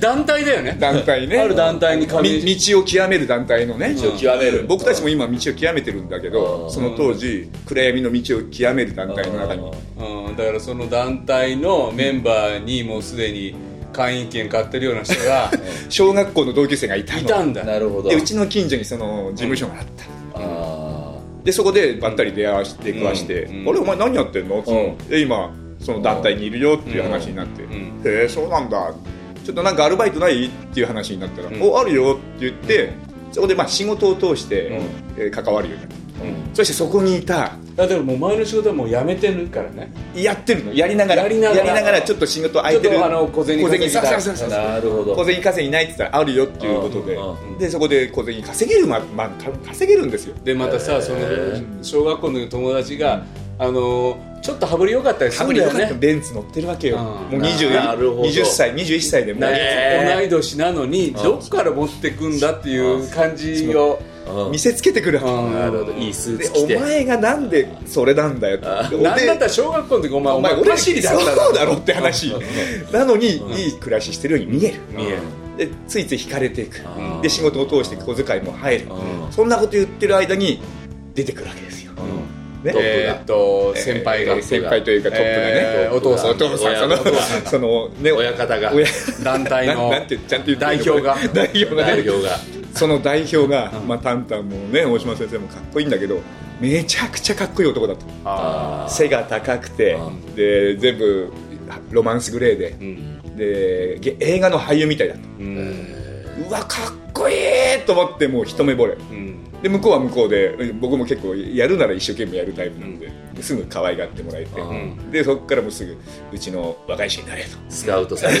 Speaker 5: 団体だよね
Speaker 7: 団体ね
Speaker 5: ある団体に加盟し
Speaker 7: み道を極める団体のね
Speaker 6: を極める
Speaker 7: 僕たちも今道を極めてるんだけ
Speaker 6: う
Speaker 7: ど
Speaker 6: ん
Speaker 7: その当時暗闇の道を極める団体の中に
Speaker 5: うん、だからその団体のメンバーにもうすでに会員権買ってるような人が <laughs>
Speaker 7: 小学校の同級生がいたの
Speaker 5: いたんだ
Speaker 6: なるほど
Speaker 7: でうちの近所にその事務所があった、
Speaker 6: あ
Speaker 7: でそこでばったり出会わして食わして「
Speaker 5: うん
Speaker 7: あれお前何やってんの?」ってで今その団体にいるよっていう話になって「
Speaker 5: ん
Speaker 7: へえそうなんだちょっとなんかアルバイトない?」っていう話になったら「
Speaker 5: ん
Speaker 7: おあるよ」って言ってそこでまあ仕事を通して、えー関わるようになった、そしてそこにいた
Speaker 5: だからもう前の仕事はもうやめてるからね
Speaker 7: やってるのやりながら
Speaker 5: やりながら
Speaker 7: ちょっと仕事空いて
Speaker 5: ちょっ
Speaker 7: る
Speaker 5: とあの小銭稼ぎたい
Speaker 7: 小そうそ
Speaker 6: あ
Speaker 7: うそうそう
Speaker 6: なるほど
Speaker 7: 小銭稼ぎないって言ったらあるよっていうことで、
Speaker 6: うん
Speaker 7: でそこで小銭稼げるま、まあ、稼げるんですよ
Speaker 5: でまたさその小学校の友達が、あのちょっと羽振り良かったりす
Speaker 7: か
Speaker 5: る
Speaker 7: ぶ
Speaker 5: ん
Speaker 7: り
Speaker 5: だ
Speaker 7: よ
Speaker 5: よ
Speaker 7: かった
Speaker 5: ね
Speaker 7: ベンツ乗ってるわけよ、
Speaker 5: うん
Speaker 7: もう 20,
Speaker 6: なるほど
Speaker 7: 20歳21歳でもう、
Speaker 6: ね
Speaker 5: 同い年なのにどっから持ってくんだっていう感じを
Speaker 7: 見せつけてくるわけ、
Speaker 5: うん
Speaker 6: なるほどいいスー
Speaker 7: で
Speaker 6: ツ着て
Speaker 7: お前がなんでそれなんだよって
Speaker 5: なんだった
Speaker 7: ら
Speaker 5: ら小学校の時お前
Speaker 7: お
Speaker 5: お
Speaker 7: 前
Speaker 5: 前
Speaker 7: 俺
Speaker 5: お
Speaker 7: ら
Speaker 5: かしりだった <laughs>
Speaker 7: そうだろって話なのに、いい暮らししてるように見える
Speaker 5: 見え
Speaker 7: で
Speaker 5: る
Speaker 7: ついつい惹かれていく
Speaker 6: うん
Speaker 7: で仕事を通して小遣いも入る
Speaker 6: うん
Speaker 7: そんなこと言ってる間に出てくるわけですよ、ね
Speaker 6: トップ
Speaker 5: えーっと先輩が、
Speaker 7: えー先輩というかトップがね、
Speaker 5: えーお父さん
Speaker 7: お父さん
Speaker 6: 親
Speaker 7: その
Speaker 6: お父さん
Speaker 7: そのね
Speaker 6: 親方が
Speaker 7: 親
Speaker 5: 団体
Speaker 7: な
Speaker 5: の
Speaker 7: んなんてちゃんと言って
Speaker 5: 代
Speaker 7: いいの
Speaker 5: 表が
Speaker 7: 代表が
Speaker 6: 代
Speaker 7: ね
Speaker 6: 表が
Speaker 7: その代表が、まあ、タンタンもね大島先生もかっこいいんだけどめちゃくちゃかっこいい男だと
Speaker 6: あ
Speaker 7: 背が高くてで全部ロマンスグレーで、でげ映画の俳優みたいだとうわかっこいいと思ってもう一目惚れ
Speaker 5: うん
Speaker 7: で向こうは向こうで僕も結構やるなら一生懸命やるタイプなんで、すぐ可愛がってもらえて、
Speaker 6: うん
Speaker 7: でそこからもうすぐうちの若い衆になれと
Speaker 6: ー
Speaker 7: <laughs>
Speaker 6: スカウトされて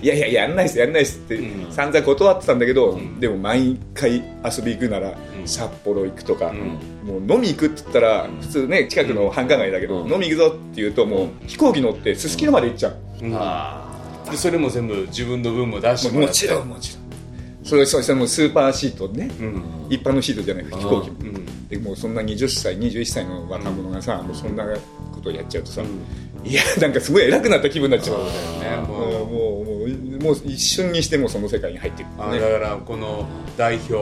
Speaker 7: いやいやいややんないっすやんないっすって散々断ってたんだけど、でも毎回遊び行くなら札幌行くとか、もう飲み行くって言ったら普通ね近くの繁華街だけど、
Speaker 6: うん
Speaker 7: 飲み行くぞって言うともう飛行機乗ってすすきのまで行っちゃう、
Speaker 5: でそれも全部自分の分も出して
Speaker 7: も
Speaker 5: も
Speaker 7: う
Speaker 5: ら
Speaker 7: も
Speaker 5: って
Speaker 7: ちろんもちろんそれそれそれもうスーパーシートね、一般のシートじゃない飛行機も、でもうそんな20歳21歳の若者がさ、もうそんなことやっちゃうとさ、いやなんかすごい偉くなった気分になっちゃう
Speaker 5: ねもう
Speaker 7: もうもうもうもう一瞬にしてもうその世界に入っていく
Speaker 5: あ
Speaker 7: ね
Speaker 5: だからこの代表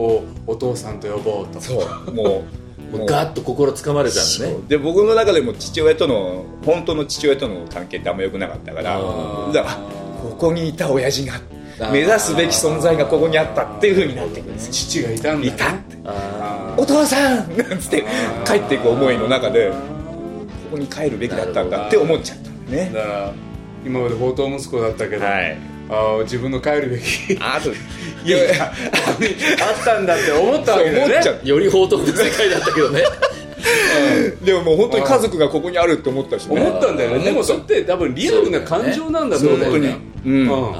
Speaker 5: をお父さんと呼ぼうと、
Speaker 7: そうもうもう
Speaker 6: ガッと心つかまれたんだね
Speaker 7: で僕の中でも父親との本当の父親との関係ってあんま良くなかったから
Speaker 5: ー
Speaker 7: だからあここにいた親父が
Speaker 6: ー
Speaker 7: 目指すべき存在がここにあったっていうふうになってくるんですよ
Speaker 5: 父がいたんだ、ね、
Speaker 7: いたって
Speaker 5: あ
Speaker 7: お父さんなんつって帰っていく思いの中でここに帰るべきだったんだって思っちゃったんだ
Speaker 5: ー
Speaker 7: ね
Speaker 5: だから今まで放蕩息子だったけど、
Speaker 7: はい
Speaker 5: あー自分の帰るべき
Speaker 7: あといやいや
Speaker 5: あったんだって思ったわけだよね
Speaker 7: 思っちゃった
Speaker 6: より報道の世界だったけどね
Speaker 7: でももう本当に家族がここにあるって思ったしね
Speaker 5: 思ったんだよねでもそれって多分リアルな感情なんだと思う
Speaker 6: そうだよね
Speaker 5: 本当
Speaker 7: うん
Speaker 5: うん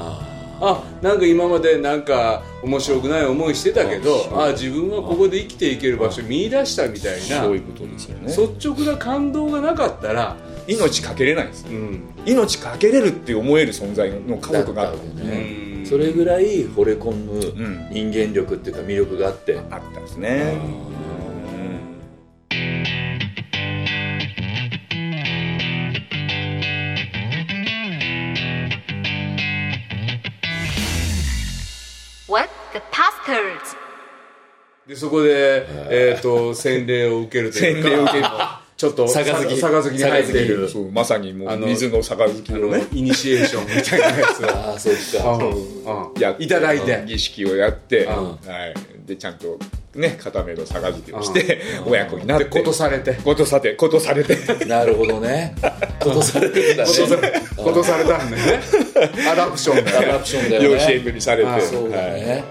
Speaker 5: あなんか今までなんか面白くない思いしてたけどあ自分はここで生きていける場所見出したみたいな
Speaker 7: そういうことですよね
Speaker 5: 率直な感動がなかったら、
Speaker 7: 命かけれないんです
Speaker 5: うん、
Speaker 7: 命かけれるって思える存在の家族があ
Speaker 6: だ
Speaker 7: っ
Speaker 6: ったた
Speaker 7: ん
Speaker 6: ん
Speaker 7: で
Speaker 6: だ
Speaker 7: す
Speaker 6: よ
Speaker 7: ね、
Speaker 6: ねそれぐらい惚れ込む
Speaker 7: ん
Speaker 6: 人間力っていうか魅力があって
Speaker 7: あったんですね、
Speaker 2: What the pastors?
Speaker 5: でそこで、えー、と洗礼を受けるというか
Speaker 7: 洗礼を受ける
Speaker 5: ちょっと
Speaker 6: 杯
Speaker 5: 杯に入っている
Speaker 7: そうまさにも
Speaker 5: あ
Speaker 7: う
Speaker 5: の
Speaker 7: 水の杯
Speaker 5: あ
Speaker 7: を
Speaker 5: の
Speaker 7: ね
Speaker 5: イニシエーションみたいなやつを
Speaker 6: ああそっ
Speaker 5: あ
Speaker 6: か
Speaker 7: <laughs>
Speaker 5: の
Speaker 7: や
Speaker 5: や
Speaker 7: って
Speaker 5: いただいて
Speaker 7: 儀式をやって、
Speaker 6: ん
Speaker 7: はい、でちゃんとね固めの杯をして、 <laughs> 親子になって
Speaker 5: でことされて
Speaker 7: ことさてことされて
Speaker 6: <laughs>
Speaker 5: <laughs>
Speaker 6: なるほどねことされてるんだね
Speaker 5: ことされたんだよね
Speaker 7: アダプション
Speaker 6: アダプションだよね
Speaker 7: 養子縁組されて、
Speaker 6: そうだよね、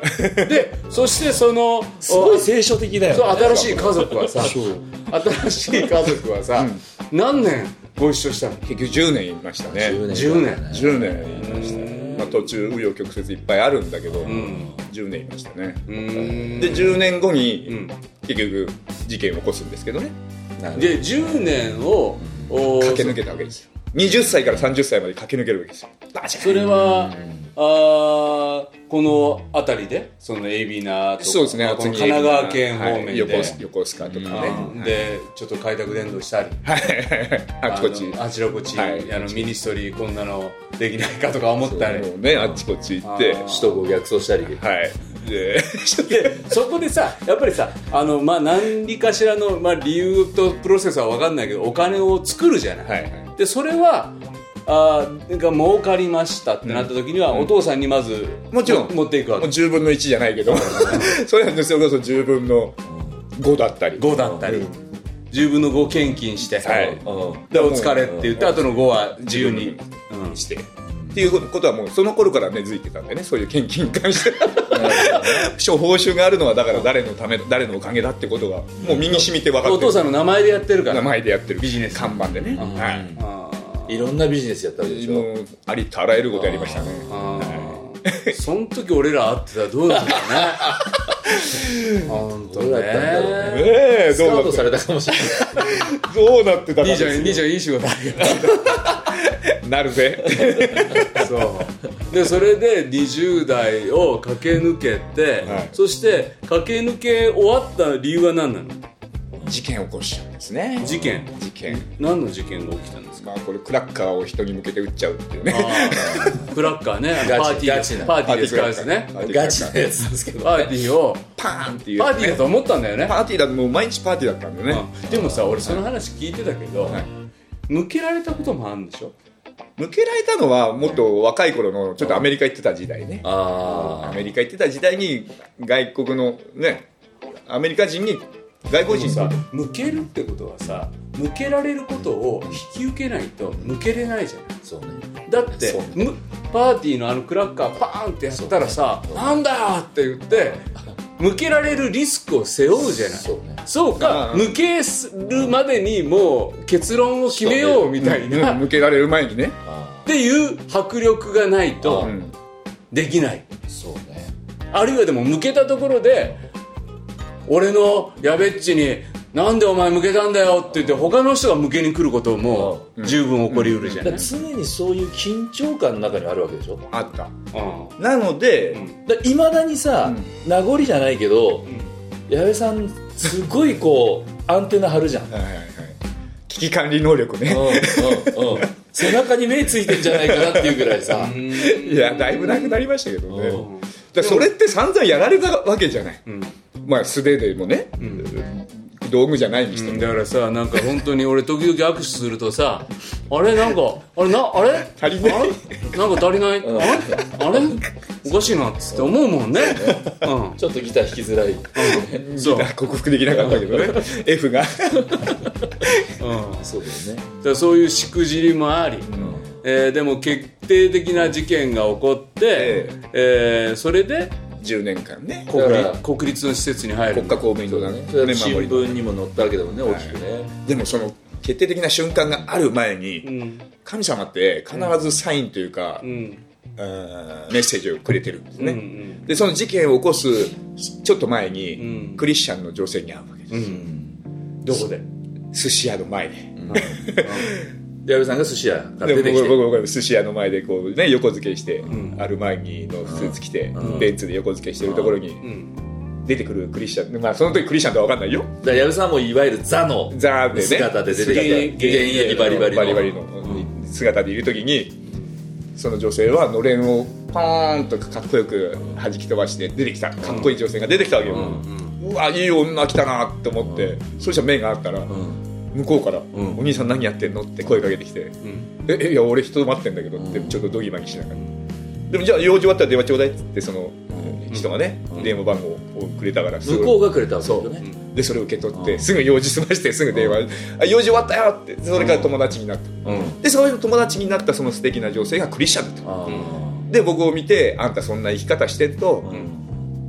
Speaker 5: でそしてその
Speaker 6: すごい聖書的だよね
Speaker 5: そう新しい家族はさ新しい家族はさ、何年ご一緒したの
Speaker 7: 結局10年いましたね
Speaker 6: 10
Speaker 5: 10年
Speaker 7: 10年いましたね、まあ、途中紆余曲折いっぱいあるんだけど、10年いましたねで10年後に、結局事件を起こすんですけどね
Speaker 5: で10年をお
Speaker 7: 駆け抜けたわけですよ20歳から30歳まで駆け抜けるわけですよ
Speaker 5: それはあーこの辺りでそのエビナとか
Speaker 7: そうですね
Speaker 5: まあこの
Speaker 7: 厚木
Speaker 5: 神奈川県方面
Speaker 7: はい
Speaker 5: で、
Speaker 7: 横須横須賀とかね
Speaker 5: うんでちょっと開拓伝道したり
Speaker 7: あちこち
Speaker 5: あのあちらこち、
Speaker 7: はい
Speaker 5: あのミニストリーこんなのできないかとか思ったり
Speaker 7: もうねあちこち行って
Speaker 6: 首都を逆走したり
Speaker 7: はいで <laughs>
Speaker 5: でそこでさやっぱりさあの、まあ、何かしらの、まあ、理由とプロセスは分かんないけどお金を作るじゃない、
Speaker 7: はいはい
Speaker 5: でそれはあーが儲かりましたってなった時には、お父さんにまず
Speaker 7: もちろん
Speaker 5: 持っていくわ
Speaker 7: も
Speaker 5: け
Speaker 7: う10分の1じゃないけど <laughs> それなんですよそれこそ10分の5だったり
Speaker 5: 5だったり、10分の5献金して、
Speaker 7: はい
Speaker 6: うん
Speaker 5: でお疲れって言って後の5は自由に、
Speaker 7: して、っていうことはもうその頃から根付いてたんでねそういう献金に関して <laughs> 処方酬があるのはだから誰のため誰のおかげだってことがもう身に染みて分かってる
Speaker 5: お父さんの名前でやってるか
Speaker 7: 名
Speaker 5: ら
Speaker 7: 前でやってるビジネス看板でね、はい
Speaker 6: ろんなビジネスやったわけでしょ
Speaker 7: い、もうありとあらゆることやりましたね
Speaker 5: その時俺ら会ってたらどうだったかね
Speaker 7: <laughs>
Speaker 5: 本当
Speaker 6: どうだったんだろうね
Speaker 7: ええ
Speaker 6: スカウト
Speaker 7: どうな
Speaker 6: さ
Speaker 7: っ
Speaker 6: れたかもしれない
Speaker 7: てどうなってたか
Speaker 5: 兄ちゃん
Speaker 7: で
Speaker 5: 兄ちゃんいい仕事あるよ
Speaker 7: すなるぜ
Speaker 5: そうでそれで20代を駆け抜けて、
Speaker 7: はい
Speaker 5: そして駆け抜け終わった理由は何なの
Speaker 7: 事件起こしちゃうんですね
Speaker 5: 事件
Speaker 7: 事件
Speaker 5: 何の事件が起きたんですか
Speaker 7: まあこれクラッカーを人に向けて撃っちゃうっていうね
Speaker 5: クラッカーね
Speaker 6: ガチ
Speaker 5: パーティー
Speaker 6: ガチな
Speaker 5: パーティーで使うや
Speaker 7: パ
Speaker 5: つ
Speaker 7: ーティー
Speaker 5: ね
Speaker 7: クラッカ
Speaker 6: <laughs>
Speaker 7: ー
Speaker 6: ガチなやつですけど
Speaker 5: パーティーを
Speaker 7: パーンっていう
Speaker 5: パーティーだと思ったんだよね
Speaker 7: パーティーだともう毎日パーティーだったんでね、
Speaker 5: うんでもさ俺その話聞いてたけど、
Speaker 7: はい
Speaker 5: 向けられたこともあるんでしょ
Speaker 7: 向けられたのはもっと若い頃のちょっとアメリカ行ってた時代ねア
Speaker 6: あ
Speaker 7: メリカ行ってた時代に外国のねアメリカ人に外国
Speaker 5: でも
Speaker 7: 人
Speaker 5: さ
Speaker 7: に
Speaker 5: 向けるってことはさ向けられることを引き受けないと向けれないじゃない
Speaker 6: あそうね
Speaker 5: だって
Speaker 6: そう
Speaker 5: むパーティーのあのクラッカーパーンってやったらさ「なんだ!」って言って向けられるリスクを背負うじゃない
Speaker 6: そうね
Speaker 5: そうか
Speaker 7: うん
Speaker 5: 向けるまでにもう結論を決めようみたいな
Speaker 7: うん
Speaker 5: っ
Speaker 7: 向けられる前にね
Speaker 5: ていう迫力がないと
Speaker 7: ん
Speaker 5: できない
Speaker 6: そうね
Speaker 5: あるいはでも向けたところで俺のやべっちに「なんでお前向けたんだよ」って言って他の人が向けに来ることも十分起こりうるじゃな
Speaker 6: だか
Speaker 5: い
Speaker 6: ら常にそういう緊張感の中にあるわけでしょだか
Speaker 7: あった
Speaker 5: うん
Speaker 7: なので、
Speaker 6: らいまだにさ、名残じゃないけど、矢部さんすごいこ
Speaker 7: <laughs>
Speaker 6: うアンテナ張るじゃん、うん
Speaker 7: はいはいはい危機管理能力ね
Speaker 6: うんうん、背中に目ついてんじゃないかなっていうぐらいさ
Speaker 7: いやだいぶなくなりましたけどねだからそれって散々やられたわけじゃない、まあ素手でもね、道具じゃないにしても、
Speaker 5: だからさなんか本当に俺時々握手するとさあれなんかあれなあれ
Speaker 7: 足りない
Speaker 5: あれなんか足りないあれあれおかしいなっつって思うもんね
Speaker 6: ちょっとギター弾きづらい
Speaker 5: うんそうだか
Speaker 7: 克服できなかったけどね F が <laughs>
Speaker 6: そうだよね
Speaker 5: らそういうしくじりもあり、えーでも決定的な事件が起こって、えーそれで
Speaker 7: 10年間ね
Speaker 5: 国
Speaker 6: だから
Speaker 5: 立国立の施設に入る
Speaker 7: 国家公務員のね
Speaker 6: それは新
Speaker 7: 守りの
Speaker 6: 聞にも載ったわけだもんね大きくね、
Speaker 7: でもその決定的な瞬間がある前に、神様って必ずサインというか、えーメッセージをくれてるんですね、でその事件を起こすちょっと前に、クリスチャンの女性に会うわけです、
Speaker 5: どこで
Speaker 7: 寿司屋の前で
Speaker 6: 矢部さんが寿司屋から
Speaker 7: で
Speaker 6: 出て
Speaker 7: 僕
Speaker 6: きて
Speaker 7: 僕僕寿司屋の前でこう、ね、横付けして、アルマーニのスーツ着て、ベンツで横付けしてるところに、出てくるクリスチャン、まあ、その時クリスチャンとは分かんないよ
Speaker 6: だから矢部さんもいわゆるザの
Speaker 7: ザーでね
Speaker 6: 姿で出てきて
Speaker 5: 現
Speaker 6: 現役バリバリの
Speaker 7: の姿でいる時にその女性はのれんをパーンとかっこよく弾き飛ばして出てきたかっこいい女性が出てきたわけよ、うわいい女来たなと思って、そしたら目があったら、向こうから、お兄さん何やってんの?」って声かけてきて「ええいや俺人待ってんだけど」ってちょっとドギマギしながら。でもじゃあ用事終わったら電話ちょうだいっつってその人がね、電話番号をこうくれたからす
Speaker 6: 向
Speaker 7: ごい
Speaker 6: こうがくれたわけだ
Speaker 7: そ
Speaker 6: よ
Speaker 7: う
Speaker 6: ね、
Speaker 7: でそれを受け取ってすぐ用事済ましてすぐ電話あ用事終わったよってそれから友達になった
Speaker 6: うん
Speaker 7: でそういう友達になったその素敵な女性がクリスチャンだった
Speaker 6: あ
Speaker 7: で僕を見てあんたそんな生き方してると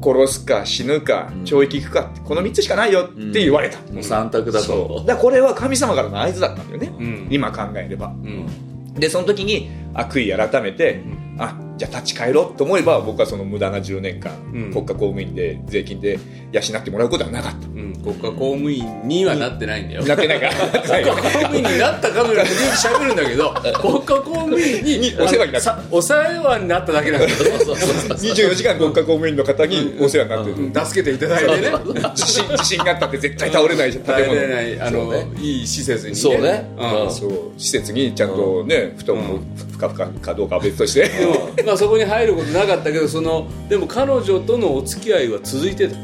Speaker 6: ー
Speaker 7: 殺すか死ぬか懲役行くかこの3つしかないよって言われた
Speaker 6: もう三択だ
Speaker 7: そう
Speaker 6: と
Speaker 7: だからこれは神様からの合図だったんだよね
Speaker 5: ん
Speaker 7: 今考えれば
Speaker 5: うん
Speaker 7: でその時にあ悔い改めてあじゃあ立ち返ろうと思えば僕はその無駄な10年間
Speaker 5: うん
Speaker 7: 国家公務員で税金で養ってもらうことはなかった
Speaker 5: うん国家公務員にはなってないんだよ
Speaker 7: なって
Speaker 5: <laughs>
Speaker 7: ないから
Speaker 5: 国家公務員になったかのようにしゃべるんだけど国家公務員に
Speaker 7: お世話になった
Speaker 5: さお世話になっただけなんだけどそうそうそう
Speaker 7: 24時間国家公務員の方にお世話になってる、
Speaker 5: 助けていただいてね
Speaker 7: 地震地震があったって絶対倒れない建
Speaker 5: 耐えられな
Speaker 7: 物
Speaker 5: いあのいい施設に
Speaker 6: そうね
Speaker 5: うん
Speaker 7: そう施設にちゃんとね布団もふかふかかどうかは別として
Speaker 5: でも、まあ、そこに入ることなかったけどそのでも彼女とのお付き合いは続いてた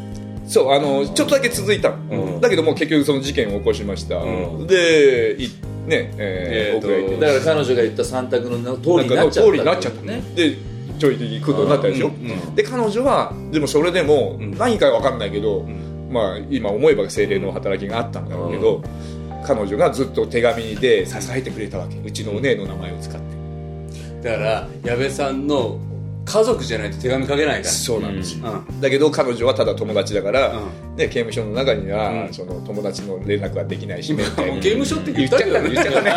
Speaker 7: そうあのちょっとだけ続いたの、
Speaker 5: うん
Speaker 7: だけどもう結局その事件を起こしました、
Speaker 5: うん
Speaker 7: でいねえー
Speaker 5: えーと
Speaker 7: 僕がいて
Speaker 6: だから彼女が言った三択の通りに
Speaker 7: な
Speaker 6: なっ
Speaker 7: んか
Speaker 6: ちゃった
Speaker 7: 通りになっちゃったね
Speaker 6: ね
Speaker 7: でちょい的に行くことになったでしょ、
Speaker 5: うんうん
Speaker 7: で彼女はでもそれでも
Speaker 5: ん
Speaker 7: 何かわかんないけど、
Speaker 5: ん
Speaker 7: まあ今思えば精霊の働きがあったんだろうけど、彼女がずっと手紙で支えてくれたわけうちのお姉の名前を使って、
Speaker 5: だから矢部さんの家族じゃないと手紙書けないか
Speaker 7: そうなんですよ、
Speaker 5: ら、うん
Speaker 7: だけど彼女はただ友達だから、
Speaker 5: う
Speaker 7: ね、刑務所の中には、
Speaker 5: うん
Speaker 7: その友達の連絡はできないし、
Speaker 5: もう刑務所って言ったけどね
Speaker 7: 言っちゃったね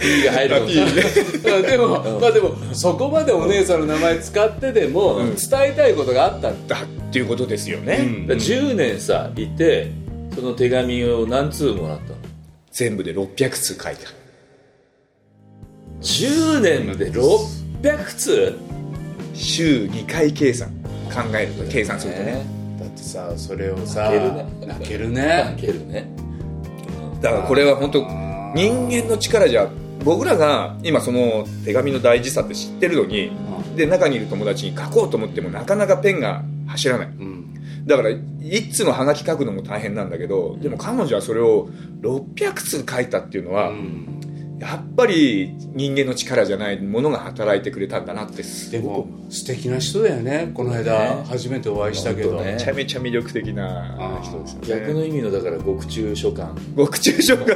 Speaker 6: P が入るの
Speaker 5: でも、 <laughs> まあでもそこまでお姉さんの名前使ってでも
Speaker 7: うん
Speaker 5: 伝えたいことがあったんだ
Speaker 7: だっていうことですよね、
Speaker 5: うん
Speaker 6: 10年さいてその手紙を何通もらったの
Speaker 7: 全部で600通書いた
Speaker 6: 10年で600通
Speaker 7: 週2回計算考えると計算するとね
Speaker 5: ってさそれをさ
Speaker 6: 泣けるね
Speaker 5: 泣け
Speaker 6: あける
Speaker 5: るね
Speaker 6: ね
Speaker 7: だからこれは本当人間の力じゃ僕らが今その手紙の大事さって知ってるのにで中にいる友達に書こうと思ってもなかなかペンが走らない
Speaker 5: うん
Speaker 7: だから一通のハガキ書くのも大変なんだけどでも彼女はそれを600通書いたっていうのは、
Speaker 5: うん
Speaker 7: やっぱり人間の力じゃないものが働いてくれたんだなってす
Speaker 5: でも素敵な人だよねこの間
Speaker 6: ね
Speaker 5: 初めてお会いしたけど
Speaker 6: 本当ね
Speaker 7: めちゃめちゃ魅力的な人ですよ
Speaker 6: 逆
Speaker 7: ね
Speaker 6: の意味のだから獄中書簡
Speaker 7: <laughs> 獄中傷が
Speaker 6: 受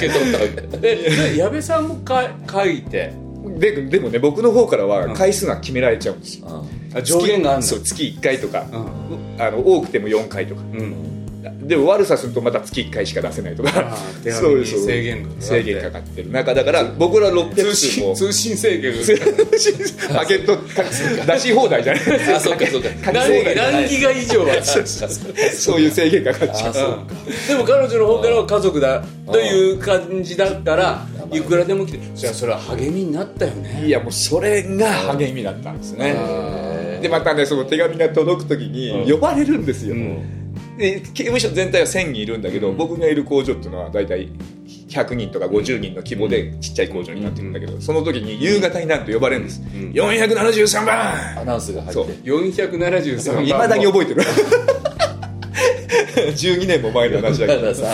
Speaker 6: け取ったわけ
Speaker 5: でで矢部さんもか書いて
Speaker 7: ででもね僕の方からは回数が決められちゃうんですよ、
Speaker 5: あ上限があるんだ
Speaker 7: そう月1回とか、
Speaker 5: うん
Speaker 7: あの多くても4回とか
Speaker 5: うん
Speaker 7: でも悪さするとまた月1回しか出せないとか
Speaker 5: あー手紙に
Speaker 7: そうそう
Speaker 5: 制限がかかって
Speaker 7: 制限かかってる中だから僕ら600
Speaker 5: 通
Speaker 7: 通
Speaker 5: 信
Speaker 7: も
Speaker 5: 通信制限が
Speaker 7: <laughs> パケット出し放題じゃない
Speaker 6: あそうかそうか
Speaker 7: 書き放題じゃない
Speaker 5: 何ギガ以上は
Speaker 7: そういう制限かかっちゃ
Speaker 6: あ
Speaker 7: う
Speaker 6: そう
Speaker 5: でも彼女の方からは家族だという感じだったらいくらでも来てじゃあそれは励みになったよね
Speaker 7: いやもうそれが励みだったんですねでまたねその手紙が届く時に呼ばれるんですよ、で刑務所全体は1000人いるんだけど、僕がいる工場っていうのは大体100人とか50人の規模でちっちゃい工場になってるんだけど、その時に夕方になると呼ばれるんです、473番
Speaker 6: アナウンスが入って
Speaker 5: 473番
Speaker 7: いまだに覚えて <laughs> る12年も前の話だけ
Speaker 6: だか
Speaker 7: ど
Speaker 6: らさ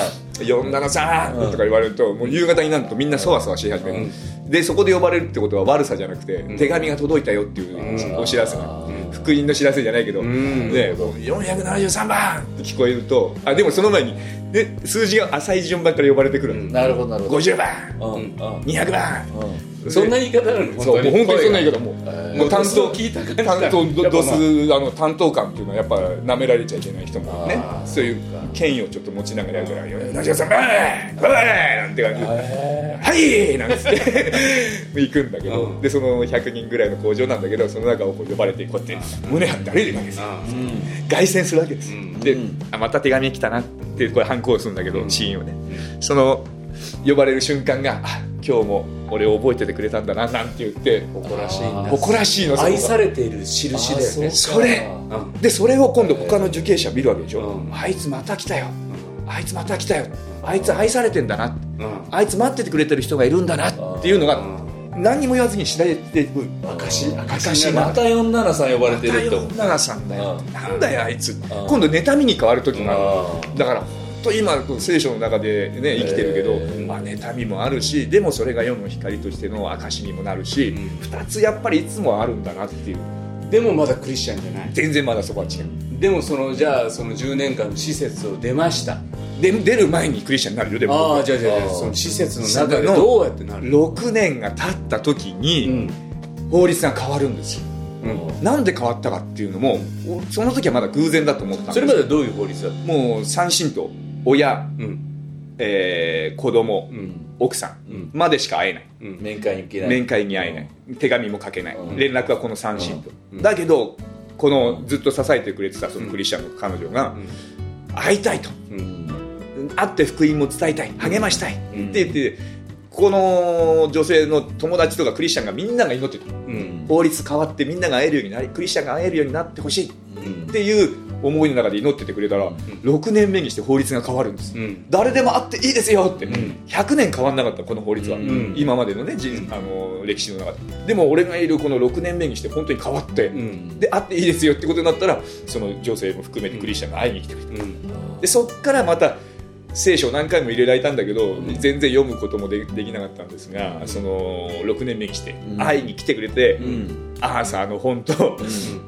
Speaker 7: 473とか言われると、もう夕方になるとみんなそわそわし始める、でそこで呼ばれるってことは悪さじゃなくて、手紙が届いたよっていうお知らせが、福音の知らせじゃないけど、
Speaker 5: ん
Speaker 7: でもう473番って聞こえるとあでもその前にで数字が浅い順番から呼ばれてくる、
Speaker 6: なるほどなるほど
Speaker 7: 50番
Speaker 6: うんうん
Speaker 7: 200番、
Speaker 5: そんな言い方なの
Speaker 7: そうもう本当にそんな言い方もう,、もう担
Speaker 5: ドス
Speaker 7: 当
Speaker 5: を聞いた感じだ
Speaker 7: 担当
Speaker 5: やっぱま
Speaker 7: ド
Speaker 5: あ
Speaker 7: スあの担当官っていうのはやっぱ舐められちゃいけない人もね
Speaker 6: あー
Speaker 7: そういう権威をちょっと持ちながらやるから「よ吉田さんおいおい!」なんて感じで「はい!」なんつって行くんだけど、
Speaker 5: うん
Speaker 7: でその100人ぐらいの工場なんだけどその中をこう呼ばれてこうやって胸張って歩いてるわけですよ凱旋するわけです、であまた手紙来たなってこれ反抗するんだけど、シーンをね、その呼ばれる瞬間があ「今日も俺を覚えててくれたんだな」なんて言って
Speaker 5: 誇らしいんだ
Speaker 7: 誇らしいのそこが
Speaker 5: 愛されている印だよね
Speaker 7: それ
Speaker 5: うん
Speaker 7: でそれを今度他の受刑者見るわけでしょ、
Speaker 5: うん
Speaker 7: あいつまた来たよ、あいつまた来たよあいつ愛されてんだな、
Speaker 5: うん
Speaker 7: あいつ待っててくれてる人がいるんだなっていうのが何にも言わずに知られていく証証
Speaker 6: また473呼ばれてるって思う
Speaker 7: 奈良さんだよ
Speaker 6: うん
Speaker 7: なんだよあいつ今度妬みに変わる時があ
Speaker 6: う
Speaker 7: るだから本当今聖書の中でね生きてるけど、
Speaker 6: うん
Speaker 7: まあ、妬みもあるしでもそれが世の光としての証にもなるし、二つやっぱりいつもあるんだなっていう
Speaker 5: でもまだクリスチャンじゃない
Speaker 7: 全然まだそこは違う
Speaker 5: でもそのじゃあその10年間の施設を出ました
Speaker 7: で出る前にクリスチャンになるよで
Speaker 5: あ
Speaker 7: も
Speaker 5: あじゃあじゃあじゃあその施設の中でどうやってなる
Speaker 7: 6年が経った時に法律が変わるんですよ
Speaker 5: うん
Speaker 7: なんで変わったかっていうのもおその時はまだ偶然だと思ったん
Speaker 5: それ
Speaker 7: で
Speaker 5: までどういう法律だった
Speaker 7: もう三親と親、
Speaker 5: うん
Speaker 7: えー子供、
Speaker 5: うん
Speaker 7: 奥さんまでしか会えない
Speaker 6: 面会に行けない
Speaker 7: 面会に会えない、手紙も書けない、
Speaker 6: うん
Speaker 7: 連絡はこの三親と、
Speaker 5: うん
Speaker 7: だけどこのずっと支えてくれてたそのクリスチャンの彼女が、会いたいと
Speaker 5: うん
Speaker 7: 会って福音も伝えたい励ましたい、って言ってこの女性の友達とかクリスチャンがみんなが祈ってた
Speaker 5: うん
Speaker 7: 法律変わってみんなが会えるようになりクリスチャンが会えるようになってほしいっていう思いの中で祈っててくれたら、6年目にして法律が変わるんです、
Speaker 5: うん
Speaker 7: 誰でも会っていいですよって、
Speaker 5: ん
Speaker 7: 100年変わんなかったこの法律は、
Speaker 5: ん
Speaker 7: 今までのね、人あの歴史の中ででも俺がいるこの6年目にして本当に変わって、
Speaker 5: うん
Speaker 7: で会っていいですよってことになったらその女性も含めてクリスチャンが会いに来てくれた、
Speaker 5: うん
Speaker 7: でそっからまた聖書を何回も入れられたんだけど、全然読むこともでできなかったんですが、その6年目にして
Speaker 6: ん
Speaker 7: 会いに来てくれて、
Speaker 6: うん
Speaker 7: アーサーの本と、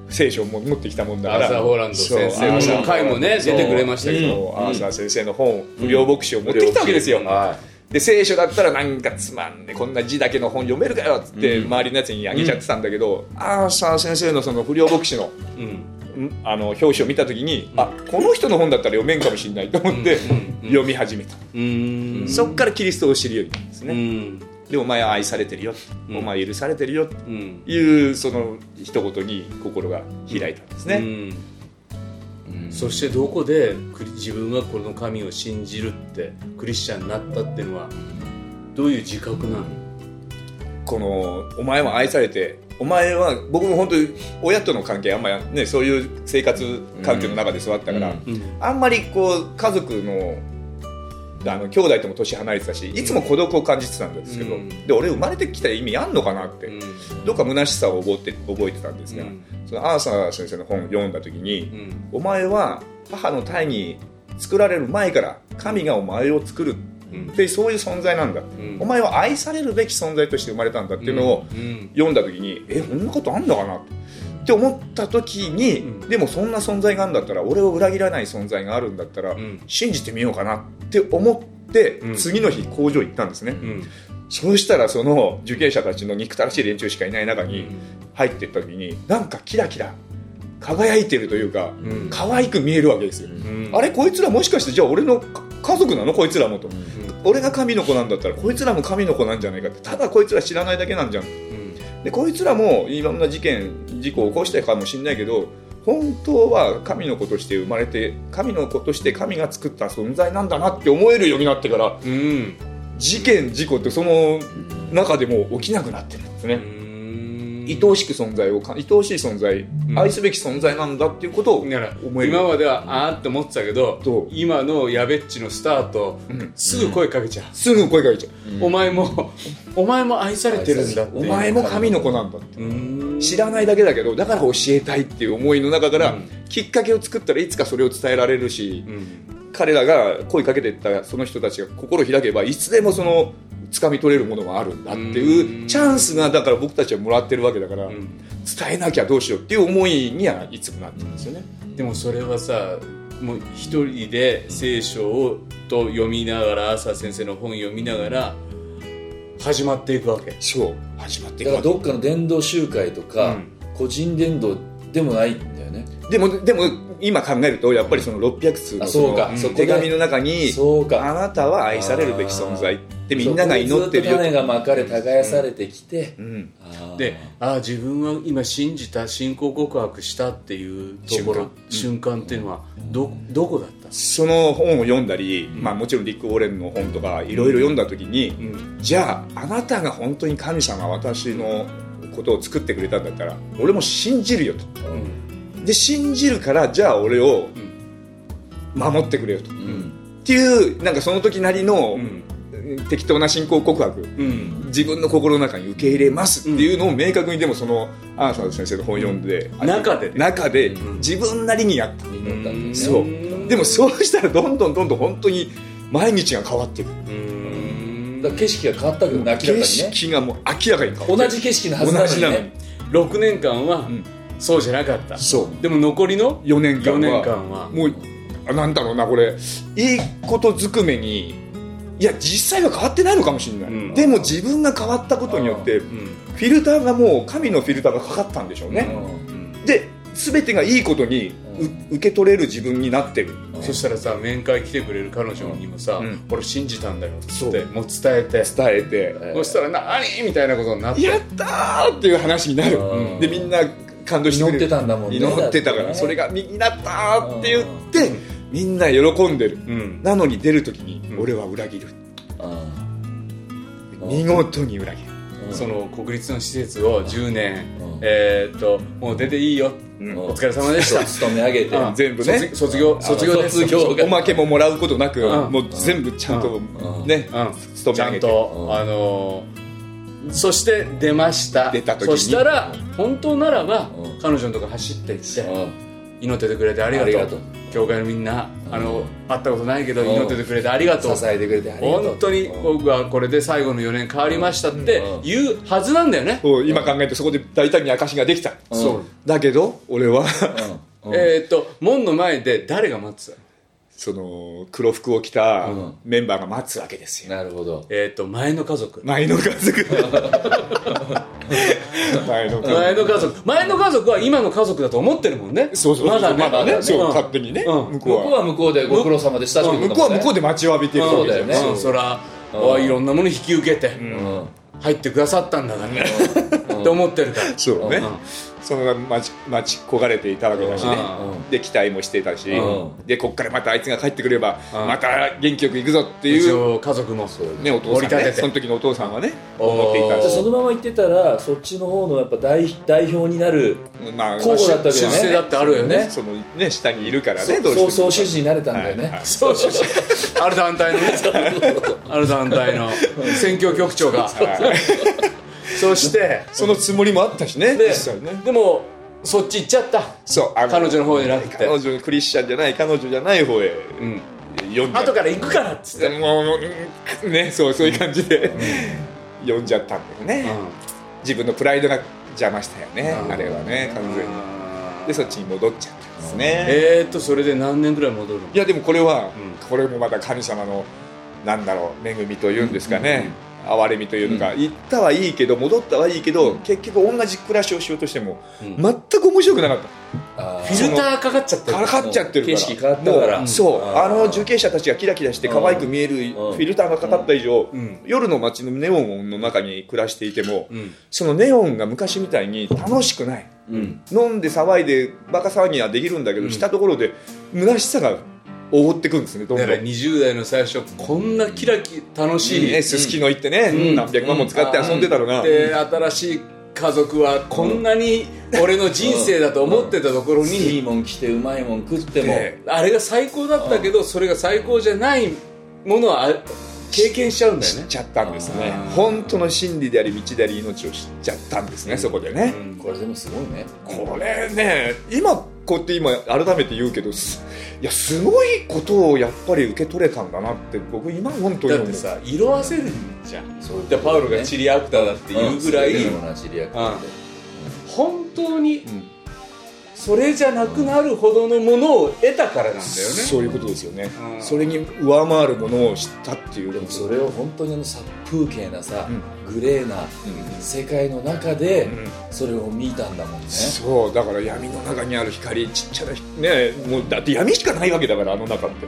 Speaker 7: 聖書も持ってきたもんだか
Speaker 5: ア
Speaker 7: ら
Speaker 5: ーサー・ホーランド先
Speaker 7: そうアーサ
Speaker 5: 生
Speaker 7: ー
Speaker 5: の回もね
Speaker 7: そう
Speaker 5: 出てくれましたけど
Speaker 7: そうアーサー先生の本不良牧師を持ってきたわけですよ、
Speaker 6: はい
Speaker 7: で聖書だったらなんかつまんねこんな字だけの本読めるかよっつって周りのやつにあげちゃってたんだけど、アーサー先生のその不良牧師の
Speaker 5: うん
Speaker 7: んあの表紙を見た時に、あこの人の本だったら読めんかもしれないと思って読み始めた、
Speaker 5: うん
Speaker 7: そっからキリストを知るようになったんです
Speaker 5: う
Speaker 7: ね、
Speaker 5: ん
Speaker 7: でお前は愛されてるよ、
Speaker 5: うん
Speaker 7: お前許されてるよ
Speaker 5: うんうん
Speaker 7: というその一言に心が開いたんですね、
Speaker 5: うんそしてどこでクリ自分はこの神を信じるってクリスチャンになったっていうのはどういう自覚なの
Speaker 7: このお前は愛されてお前は僕も本当に親との関係あんまりねそういう生活環境の中で育ったから、
Speaker 5: うん
Speaker 7: あんまりこう家族のあの兄弟とも年離れてたしいつも孤独を感じてたんですけど、
Speaker 5: うん
Speaker 7: で俺生まれてきた意味あんのかなって、どっか虚しさを覚えて覚えてたんですが、
Speaker 5: うん
Speaker 7: そのアーサー先生の本を読んだ時に、
Speaker 5: うん
Speaker 7: お前は母の胎に作られる前から神がお前を作るってそういう存在なんだ、
Speaker 5: ん
Speaker 7: お前は愛されるべき存在として生まれたんだっていうのを
Speaker 5: うん
Speaker 7: 読んだ時に、えこんなことあんのかなって思った時に、
Speaker 5: うん
Speaker 7: でもそんな存在があるんだったら俺を裏切らない存在があるんだったら、
Speaker 5: ん
Speaker 7: 信じてみようかなって思って、
Speaker 5: うん
Speaker 7: 次の日工場行ったんですね、
Speaker 5: うん
Speaker 7: そうしたらその受刑者たちの憎たらしい連中しかいない中に入っていった時になんかキラキラ輝いてるというか、
Speaker 5: ん
Speaker 7: 可愛く見えるわけですよ、
Speaker 5: うん
Speaker 7: あれこいつらもしかしてじゃあ俺のか家族なのこいつらもと、俺が神の子なんだったらこいつらも神の子なんじゃないかってただこいつら知らないだけなんじゃん
Speaker 5: うん
Speaker 7: でこいつらもいろんな事件事故を起こしたかもしれないけど本当は神の子として生まれて神の子として神が作った存在なんだなって思えるようになってから
Speaker 5: うん
Speaker 7: 事件事故ってその中でも起きなくなってるんですね、
Speaker 5: うん
Speaker 7: 愛おしく存在をか愛おしい存在、
Speaker 5: ん
Speaker 7: 愛すべき存在なんだっていうことを
Speaker 5: だから
Speaker 7: 思える
Speaker 5: 今まではあーって思ってたけど
Speaker 7: そう
Speaker 5: 今のやべっちのスタートすぐ声かけちゃ
Speaker 7: すぐ声かけちゃう、
Speaker 5: う、お前もお前も愛されてるんだって
Speaker 7: お前も神の子なんだって
Speaker 5: うん
Speaker 7: 知らないだけだけどだから教えたいっていう思いの中から、
Speaker 5: うん
Speaker 7: きっかけを作ったらいつかそれを伝えられるし、
Speaker 5: うん
Speaker 7: 彼らが声かけていったその人たちが心を開けばいつでもその掴み取れるものがあるんだっていううんチャンスがだから僕たちはもらってるわけだから、
Speaker 5: ん
Speaker 7: 伝えなきゃどうしようっていう思いにはいつもなってるんですよね。
Speaker 5: でもそれはさもう一人で聖書をと読みながら朝先生の本読みながら始まっていくわけ
Speaker 7: そう始まってい
Speaker 6: だ
Speaker 7: く
Speaker 6: か
Speaker 7: わ
Speaker 6: ら
Speaker 7: け
Speaker 6: どっかの伝道集会とか、
Speaker 5: うん
Speaker 6: 個人伝道でもないんだよね
Speaker 7: でもでも今考えるとやっぱりその600通の
Speaker 6: あそうか
Speaker 7: の
Speaker 6: そこで
Speaker 7: 手紙の中に
Speaker 6: そうか
Speaker 7: あなたは愛されるべき存在」ってみんなが祈ってるよ
Speaker 6: そこでずっと種がまかれ耕されてきて、
Speaker 7: うん
Speaker 6: あー
Speaker 5: でああ自分は今信じた信仰告白したっていうところ瞬間,、っていうのはどどこだった
Speaker 7: その本を読んだり、まあ、もちろんリック・オーレンの本とかいろいろ読んだ時に、じゃああなたが本当に神様私のことを作ってくれたんだったら俺も信じるよと、で信じるからじゃあ俺を守ってくれよと、っていうなんかその時なりの、適当な信仰告白、
Speaker 5: うん
Speaker 7: 自分の心の中に受け入れますっていうのを明確にでもそのアーサー先生の本読んで、
Speaker 5: 中で
Speaker 7: 中で自分なりにやった、
Speaker 6: 祈ったんだよね
Speaker 7: そうでもそうしたらどんどんどんどん本当に毎日が変わっていく
Speaker 6: だから景色が変わったけどね明らかに
Speaker 7: 景
Speaker 6: ね
Speaker 7: 色がもう明らかに変わって
Speaker 6: 同じ景色のはずなのに
Speaker 7: 同じなのに
Speaker 6: ね
Speaker 5: 6年間は
Speaker 7: ん
Speaker 5: そうじゃなかった
Speaker 7: そう
Speaker 5: でも残りの
Speaker 7: 4年間は
Speaker 5: 四年間は
Speaker 7: もうあなんだろうなこれいいことずくめにいや実際は変わってないのかもしれない、
Speaker 5: うん
Speaker 7: でも自分が変わったことによってフ
Speaker 5: ん
Speaker 7: ィルターがもう神のフィルターがかかったんでしょうね、で全てがいいことにう受け取れる自分になってる
Speaker 5: そしたらさ面会来てくれる彼女にもさ、
Speaker 7: うん
Speaker 5: 俺信じたんだよっつ
Speaker 7: そ
Speaker 5: っ
Speaker 7: う
Speaker 5: てもう伝えて
Speaker 7: 伝えて、
Speaker 5: そしたら何みたいなことになって
Speaker 7: やったーっていう話になる、
Speaker 6: うん
Speaker 7: でみんな感動してくれ
Speaker 6: 祈
Speaker 7: る
Speaker 6: ってたんだもんね
Speaker 7: 祈ってたか
Speaker 6: だ
Speaker 7: ら、
Speaker 6: ってね
Speaker 7: それが「になったー」って言って、みんな喜んでる、
Speaker 5: うん
Speaker 7: なのに出る時に
Speaker 5: う
Speaker 7: 「
Speaker 5: ん
Speaker 7: 俺は裏切る」
Speaker 6: うんうん
Speaker 7: 見事に裏切る
Speaker 6: うん
Speaker 5: その国立の施設を10年、
Speaker 6: うん
Speaker 5: えーっともう出ていいよ、
Speaker 7: ん
Speaker 5: お疲れ様でし
Speaker 6: そう
Speaker 5: た
Speaker 6: 勤め上げて
Speaker 5: うん
Speaker 7: 全部ね
Speaker 5: 卒卒業卒業です
Speaker 6: 卒業
Speaker 7: おまけももらうことなく、
Speaker 5: うん
Speaker 7: もう全部ちゃんと
Speaker 6: ん
Speaker 7: ね、
Speaker 5: うん
Speaker 7: 勤
Speaker 5: ち
Speaker 7: め
Speaker 5: ゃ
Speaker 7: 上げ
Speaker 5: ん
Speaker 7: て
Speaker 5: と、
Speaker 6: うん
Speaker 5: あのーそして出ました
Speaker 7: 出た時に
Speaker 5: そしたら本当ならば、
Speaker 6: うん
Speaker 5: 彼女のとこ走って行って、
Speaker 6: うん
Speaker 5: 祈っててくれてありがとう
Speaker 6: ありがとう
Speaker 5: 教会のみんな、あ
Speaker 6: う
Speaker 5: の
Speaker 6: ん
Speaker 5: 会ったことないけど祈っててくれてありがとう、
Speaker 6: 支えてくれてありがとう
Speaker 5: 本当に
Speaker 6: うん
Speaker 5: 僕はこれで最後の4年変わりましたって
Speaker 6: うん
Speaker 5: 言うはずなんだよね、
Speaker 7: そう今考えてそこで大胆に証ができた、
Speaker 5: そう
Speaker 7: だけど俺は
Speaker 6: うん
Speaker 5: えーっと門の前で誰が待ってたの
Speaker 7: その黒服を着た
Speaker 6: うん
Speaker 7: メンバーが待つわけですよ、
Speaker 6: なるほど
Speaker 5: えーっと前の家族
Speaker 7: 前の家族前の家族
Speaker 5: 前の家族前の家族は今の家族だと思ってるもんね
Speaker 7: そうそう
Speaker 5: まだね
Speaker 7: まだねそう
Speaker 5: うん
Speaker 7: 勝手にね、
Speaker 5: うん
Speaker 7: 向こ
Speaker 6: 向
Speaker 7: う
Speaker 6: こう
Speaker 7: は
Speaker 6: は向こうでご苦労様でしたって
Speaker 7: 向こうは向こう
Speaker 6: で
Speaker 7: で待ちわびてるわけじゃ
Speaker 6: そ
Speaker 7: ん
Speaker 6: うだよね
Speaker 5: うんそら
Speaker 6: うん
Speaker 5: いろんなもの引き受けて
Speaker 6: うん
Speaker 5: 入ってくださったんだからね <laughs> って思ってるから
Speaker 7: そうね、
Speaker 5: うん
Speaker 7: その待ち待ち焦がれていたわけだしね、
Speaker 5: う
Speaker 7: で期待もしてたし、
Speaker 6: う
Speaker 7: でこっからまたあいつが帰ってくれば、
Speaker 5: うん
Speaker 7: また元気よく行くぞって
Speaker 5: 一
Speaker 7: いう、
Speaker 5: 応家族も
Speaker 7: ね、お父さん
Speaker 5: 盛り
Speaker 7: ね
Speaker 5: 立て
Speaker 7: その
Speaker 5: て
Speaker 7: 時のお父さんはね思ってい
Speaker 5: お
Speaker 7: た
Speaker 5: ー
Speaker 6: じゃあそのまま行ってたらそっちの方のやっぱ代代表になる
Speaker 7: まあ
Speaker 6: 候補だったわけ
Speaker 5: 出
Speaker 6: よ
Speaker 5: 世
Speaker 6: ね
Speaker 5: だってあるよね
Speaker 7: そのね下にいるからねどうして
Speaker 6: そう
Speaker 7: も
Speaker 6: 総主事になれたんだよね
Speaker 5: そうそうそうある団体のねある団体の選挙局長が
Speaker 7: はい
Speaker 5: そして
Speaker 7: そのつもりもあったしね
Speaker 5: で
Speaker 7: 実際ね
Speaker 5: でもそっち行っちゃった
Speaker 7: そうあ
Speaker 5: 彼女の方じゃなくて
Speaker 7: 彼女クリスチャンじゃない彼女じゃない方へ
Speaker 5: うん
Speaker 7: 読んじゃっ
Speaker 5: 後から行くからっつって
Speaker 7: でももううんねそうそういう感じで読んじゃったんだよね、自分のプライドが邪魔したよね、
Speaker 5: うん
Speaker 7: あれはね完全にでそっちに戻っちゃったんですね、
Speaker 5: えーっとそれで何年ぐらい戻るの
Speaker 7: いやでもこれは、
Speaker 5: う
Speaker 7: これもまた神様のなんだろう恵みというんですかね、憐れみというのか、行ったはいいけど戻ったはいいけど、結局同じ暮らしをしようとしても、全く面白くなかっ
Speaker 6: あ
Speaker 5: フィルターかかっちゃって
Speaker 7: た
Speaker 5: る
Speaker 7: からかっちゃってるから
Speaker 6: 景色変わったから
Speaker 7: もうそう
Speaker 6: あー
Speaker 7: あの受刑者たちがキラキラして可愛く見えるフィルターがかかった以上、
Speaker 5: ん
Speaker 7: 夜の街のネオンの中に暮らしていても、
Speaker 5: ん
Speaker 7: そのネオンが昔みたいに楽しくない、
Speaker 6: うん
Speaker 7: 飲んで騒いでバカ騒ぎはできるんだけど、したところで虚しさが覆ってくるんですねどんど
Speaker 5: だ
Speaker 7: ん
Speaker 5: から20代の最初こんなキラキ楽しい、
Speaker 7: ね、すすきの行ってね、何百万も使って遊んでたのが、
Speaker 5: で新しい家族はこんなに俺の人生だと思ってたところ
Speaker 6: いい
Speaker 5: に
Speaker 6: もん着てうまいもん食っても
Speaker 7: で
Speaker 5: あれが最高だったけどそれが最高じゃないものはあ経験しちゃうんだよ
Speaker 7: 知っ
Speaker 5: ね
Speaker 7: ちゃったんですね本当の真理であり道であり命を知っちゃったんですね、そこでね、
Speaker 6: これでもすごいね
Speaker 7: これね今こうやって今改めて言うけどすいやすごいことをやっぱり受け取れたんだなって僕今本当に
Speaker 5: だ
Speaker 7: 思
Speaker 5: っ
Speaker 7: う
Speaker 5: てさ色あせるじゃん
Speaker 6: そういうこと
Speaker 5: で
Speaker 6: ね
Speaker 5: パウロがチリアクターだっていうぐらい
Speaker 6: うん同じリアクションで
Speaker 5: 本当にそれじゃなくなるほどのものを得たからなんだよね
Speaker 7: そういうことですよね、
Speaker 5: うん
Speaker 7: それに上回るものを知ったっていう
Speaker 6: でもそれを本当にあの殺風景なさ、
Speaker 7: う
Speaker 6: グレーな世界の中で
Speaker 7: ん
Speaker 6: それを見たんだもんね、
Speaker 7: そうだから闇の中にある光ちっちゃなねもうだって闇しかないわけだからあの中って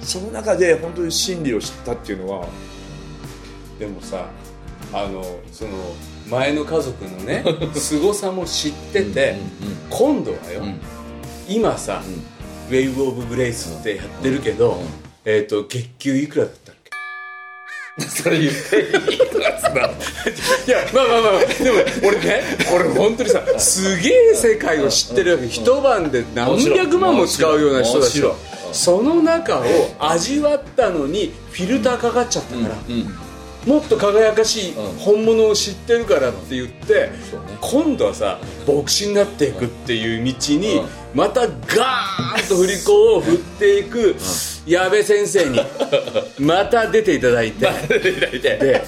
Speaker 7: その中で本当に真理を知ったっていうのは
Speaker 5: でもさあのその前の家族の
Speaker 6: <laughs>
Speaker 5: ね凄さも知ってて今度はよ、
Speaker 6: ん
Speaker 5: 今さ、ウェイブ・オブ・グレイスってやってるけど、えっ、と月給いくらだったっけ
Speaker 6: それ言っていいクラスだ
Speaker 5: いやまあまあまあまあでも俺ね俺本当にさすげえ世界を知ってるわけ一晩で何百万も使うような人だし
Speaker 6: もちろんも
Speaker 5: その中を味わったのにフィルターかかっちゃったから、もっと輝かしい
Speaker 6: うん
Speaker 5: 本物を知ってるからって言って、
Speaker 6: そうね
Speaker 5: 今度はさ牧師になっていくっていう道に、
Speaker 6: うん
Speaker 5: またガーンと振り子を振っていく、
Speaker 6: <laughs>
Speaker 5: 矢部先生にまた出ていただいてで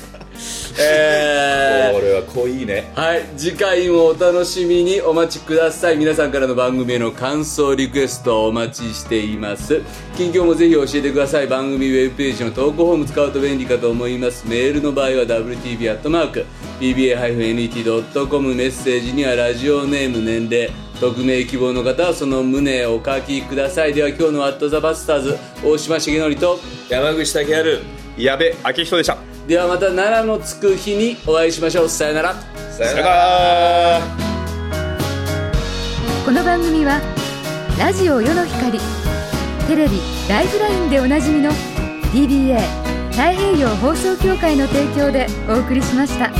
Speaker 5: えー
Speaker 6: 俺は濃いね
Speaker 5: はい次回もお楽しみにお待ちください皆さんからの番組への感想リクエストをお待ちしています近況もぜひ教えてください番組ウェブページの投稿フォーム使うと便利かと思いますメールの場合は wtb.bba-net.com メッセージにはラジオネーム年齢匿名希望の方はその旨をお書きくださいでは今日の「アットザバスターズ大島重則と
Speaker 6: 山口武春
Speaker 7: 矢部明人でした
Speaker 5: ではまた奈良のつく日にお会いしましょうさよなら
Speaker 6: さよ
Speaker 7: さよなら
Speaker 8: この番組はラジオ世の光テレビ「ライフライン」でおなじみの DBA 太平洋放送協会の提供でお送りしました。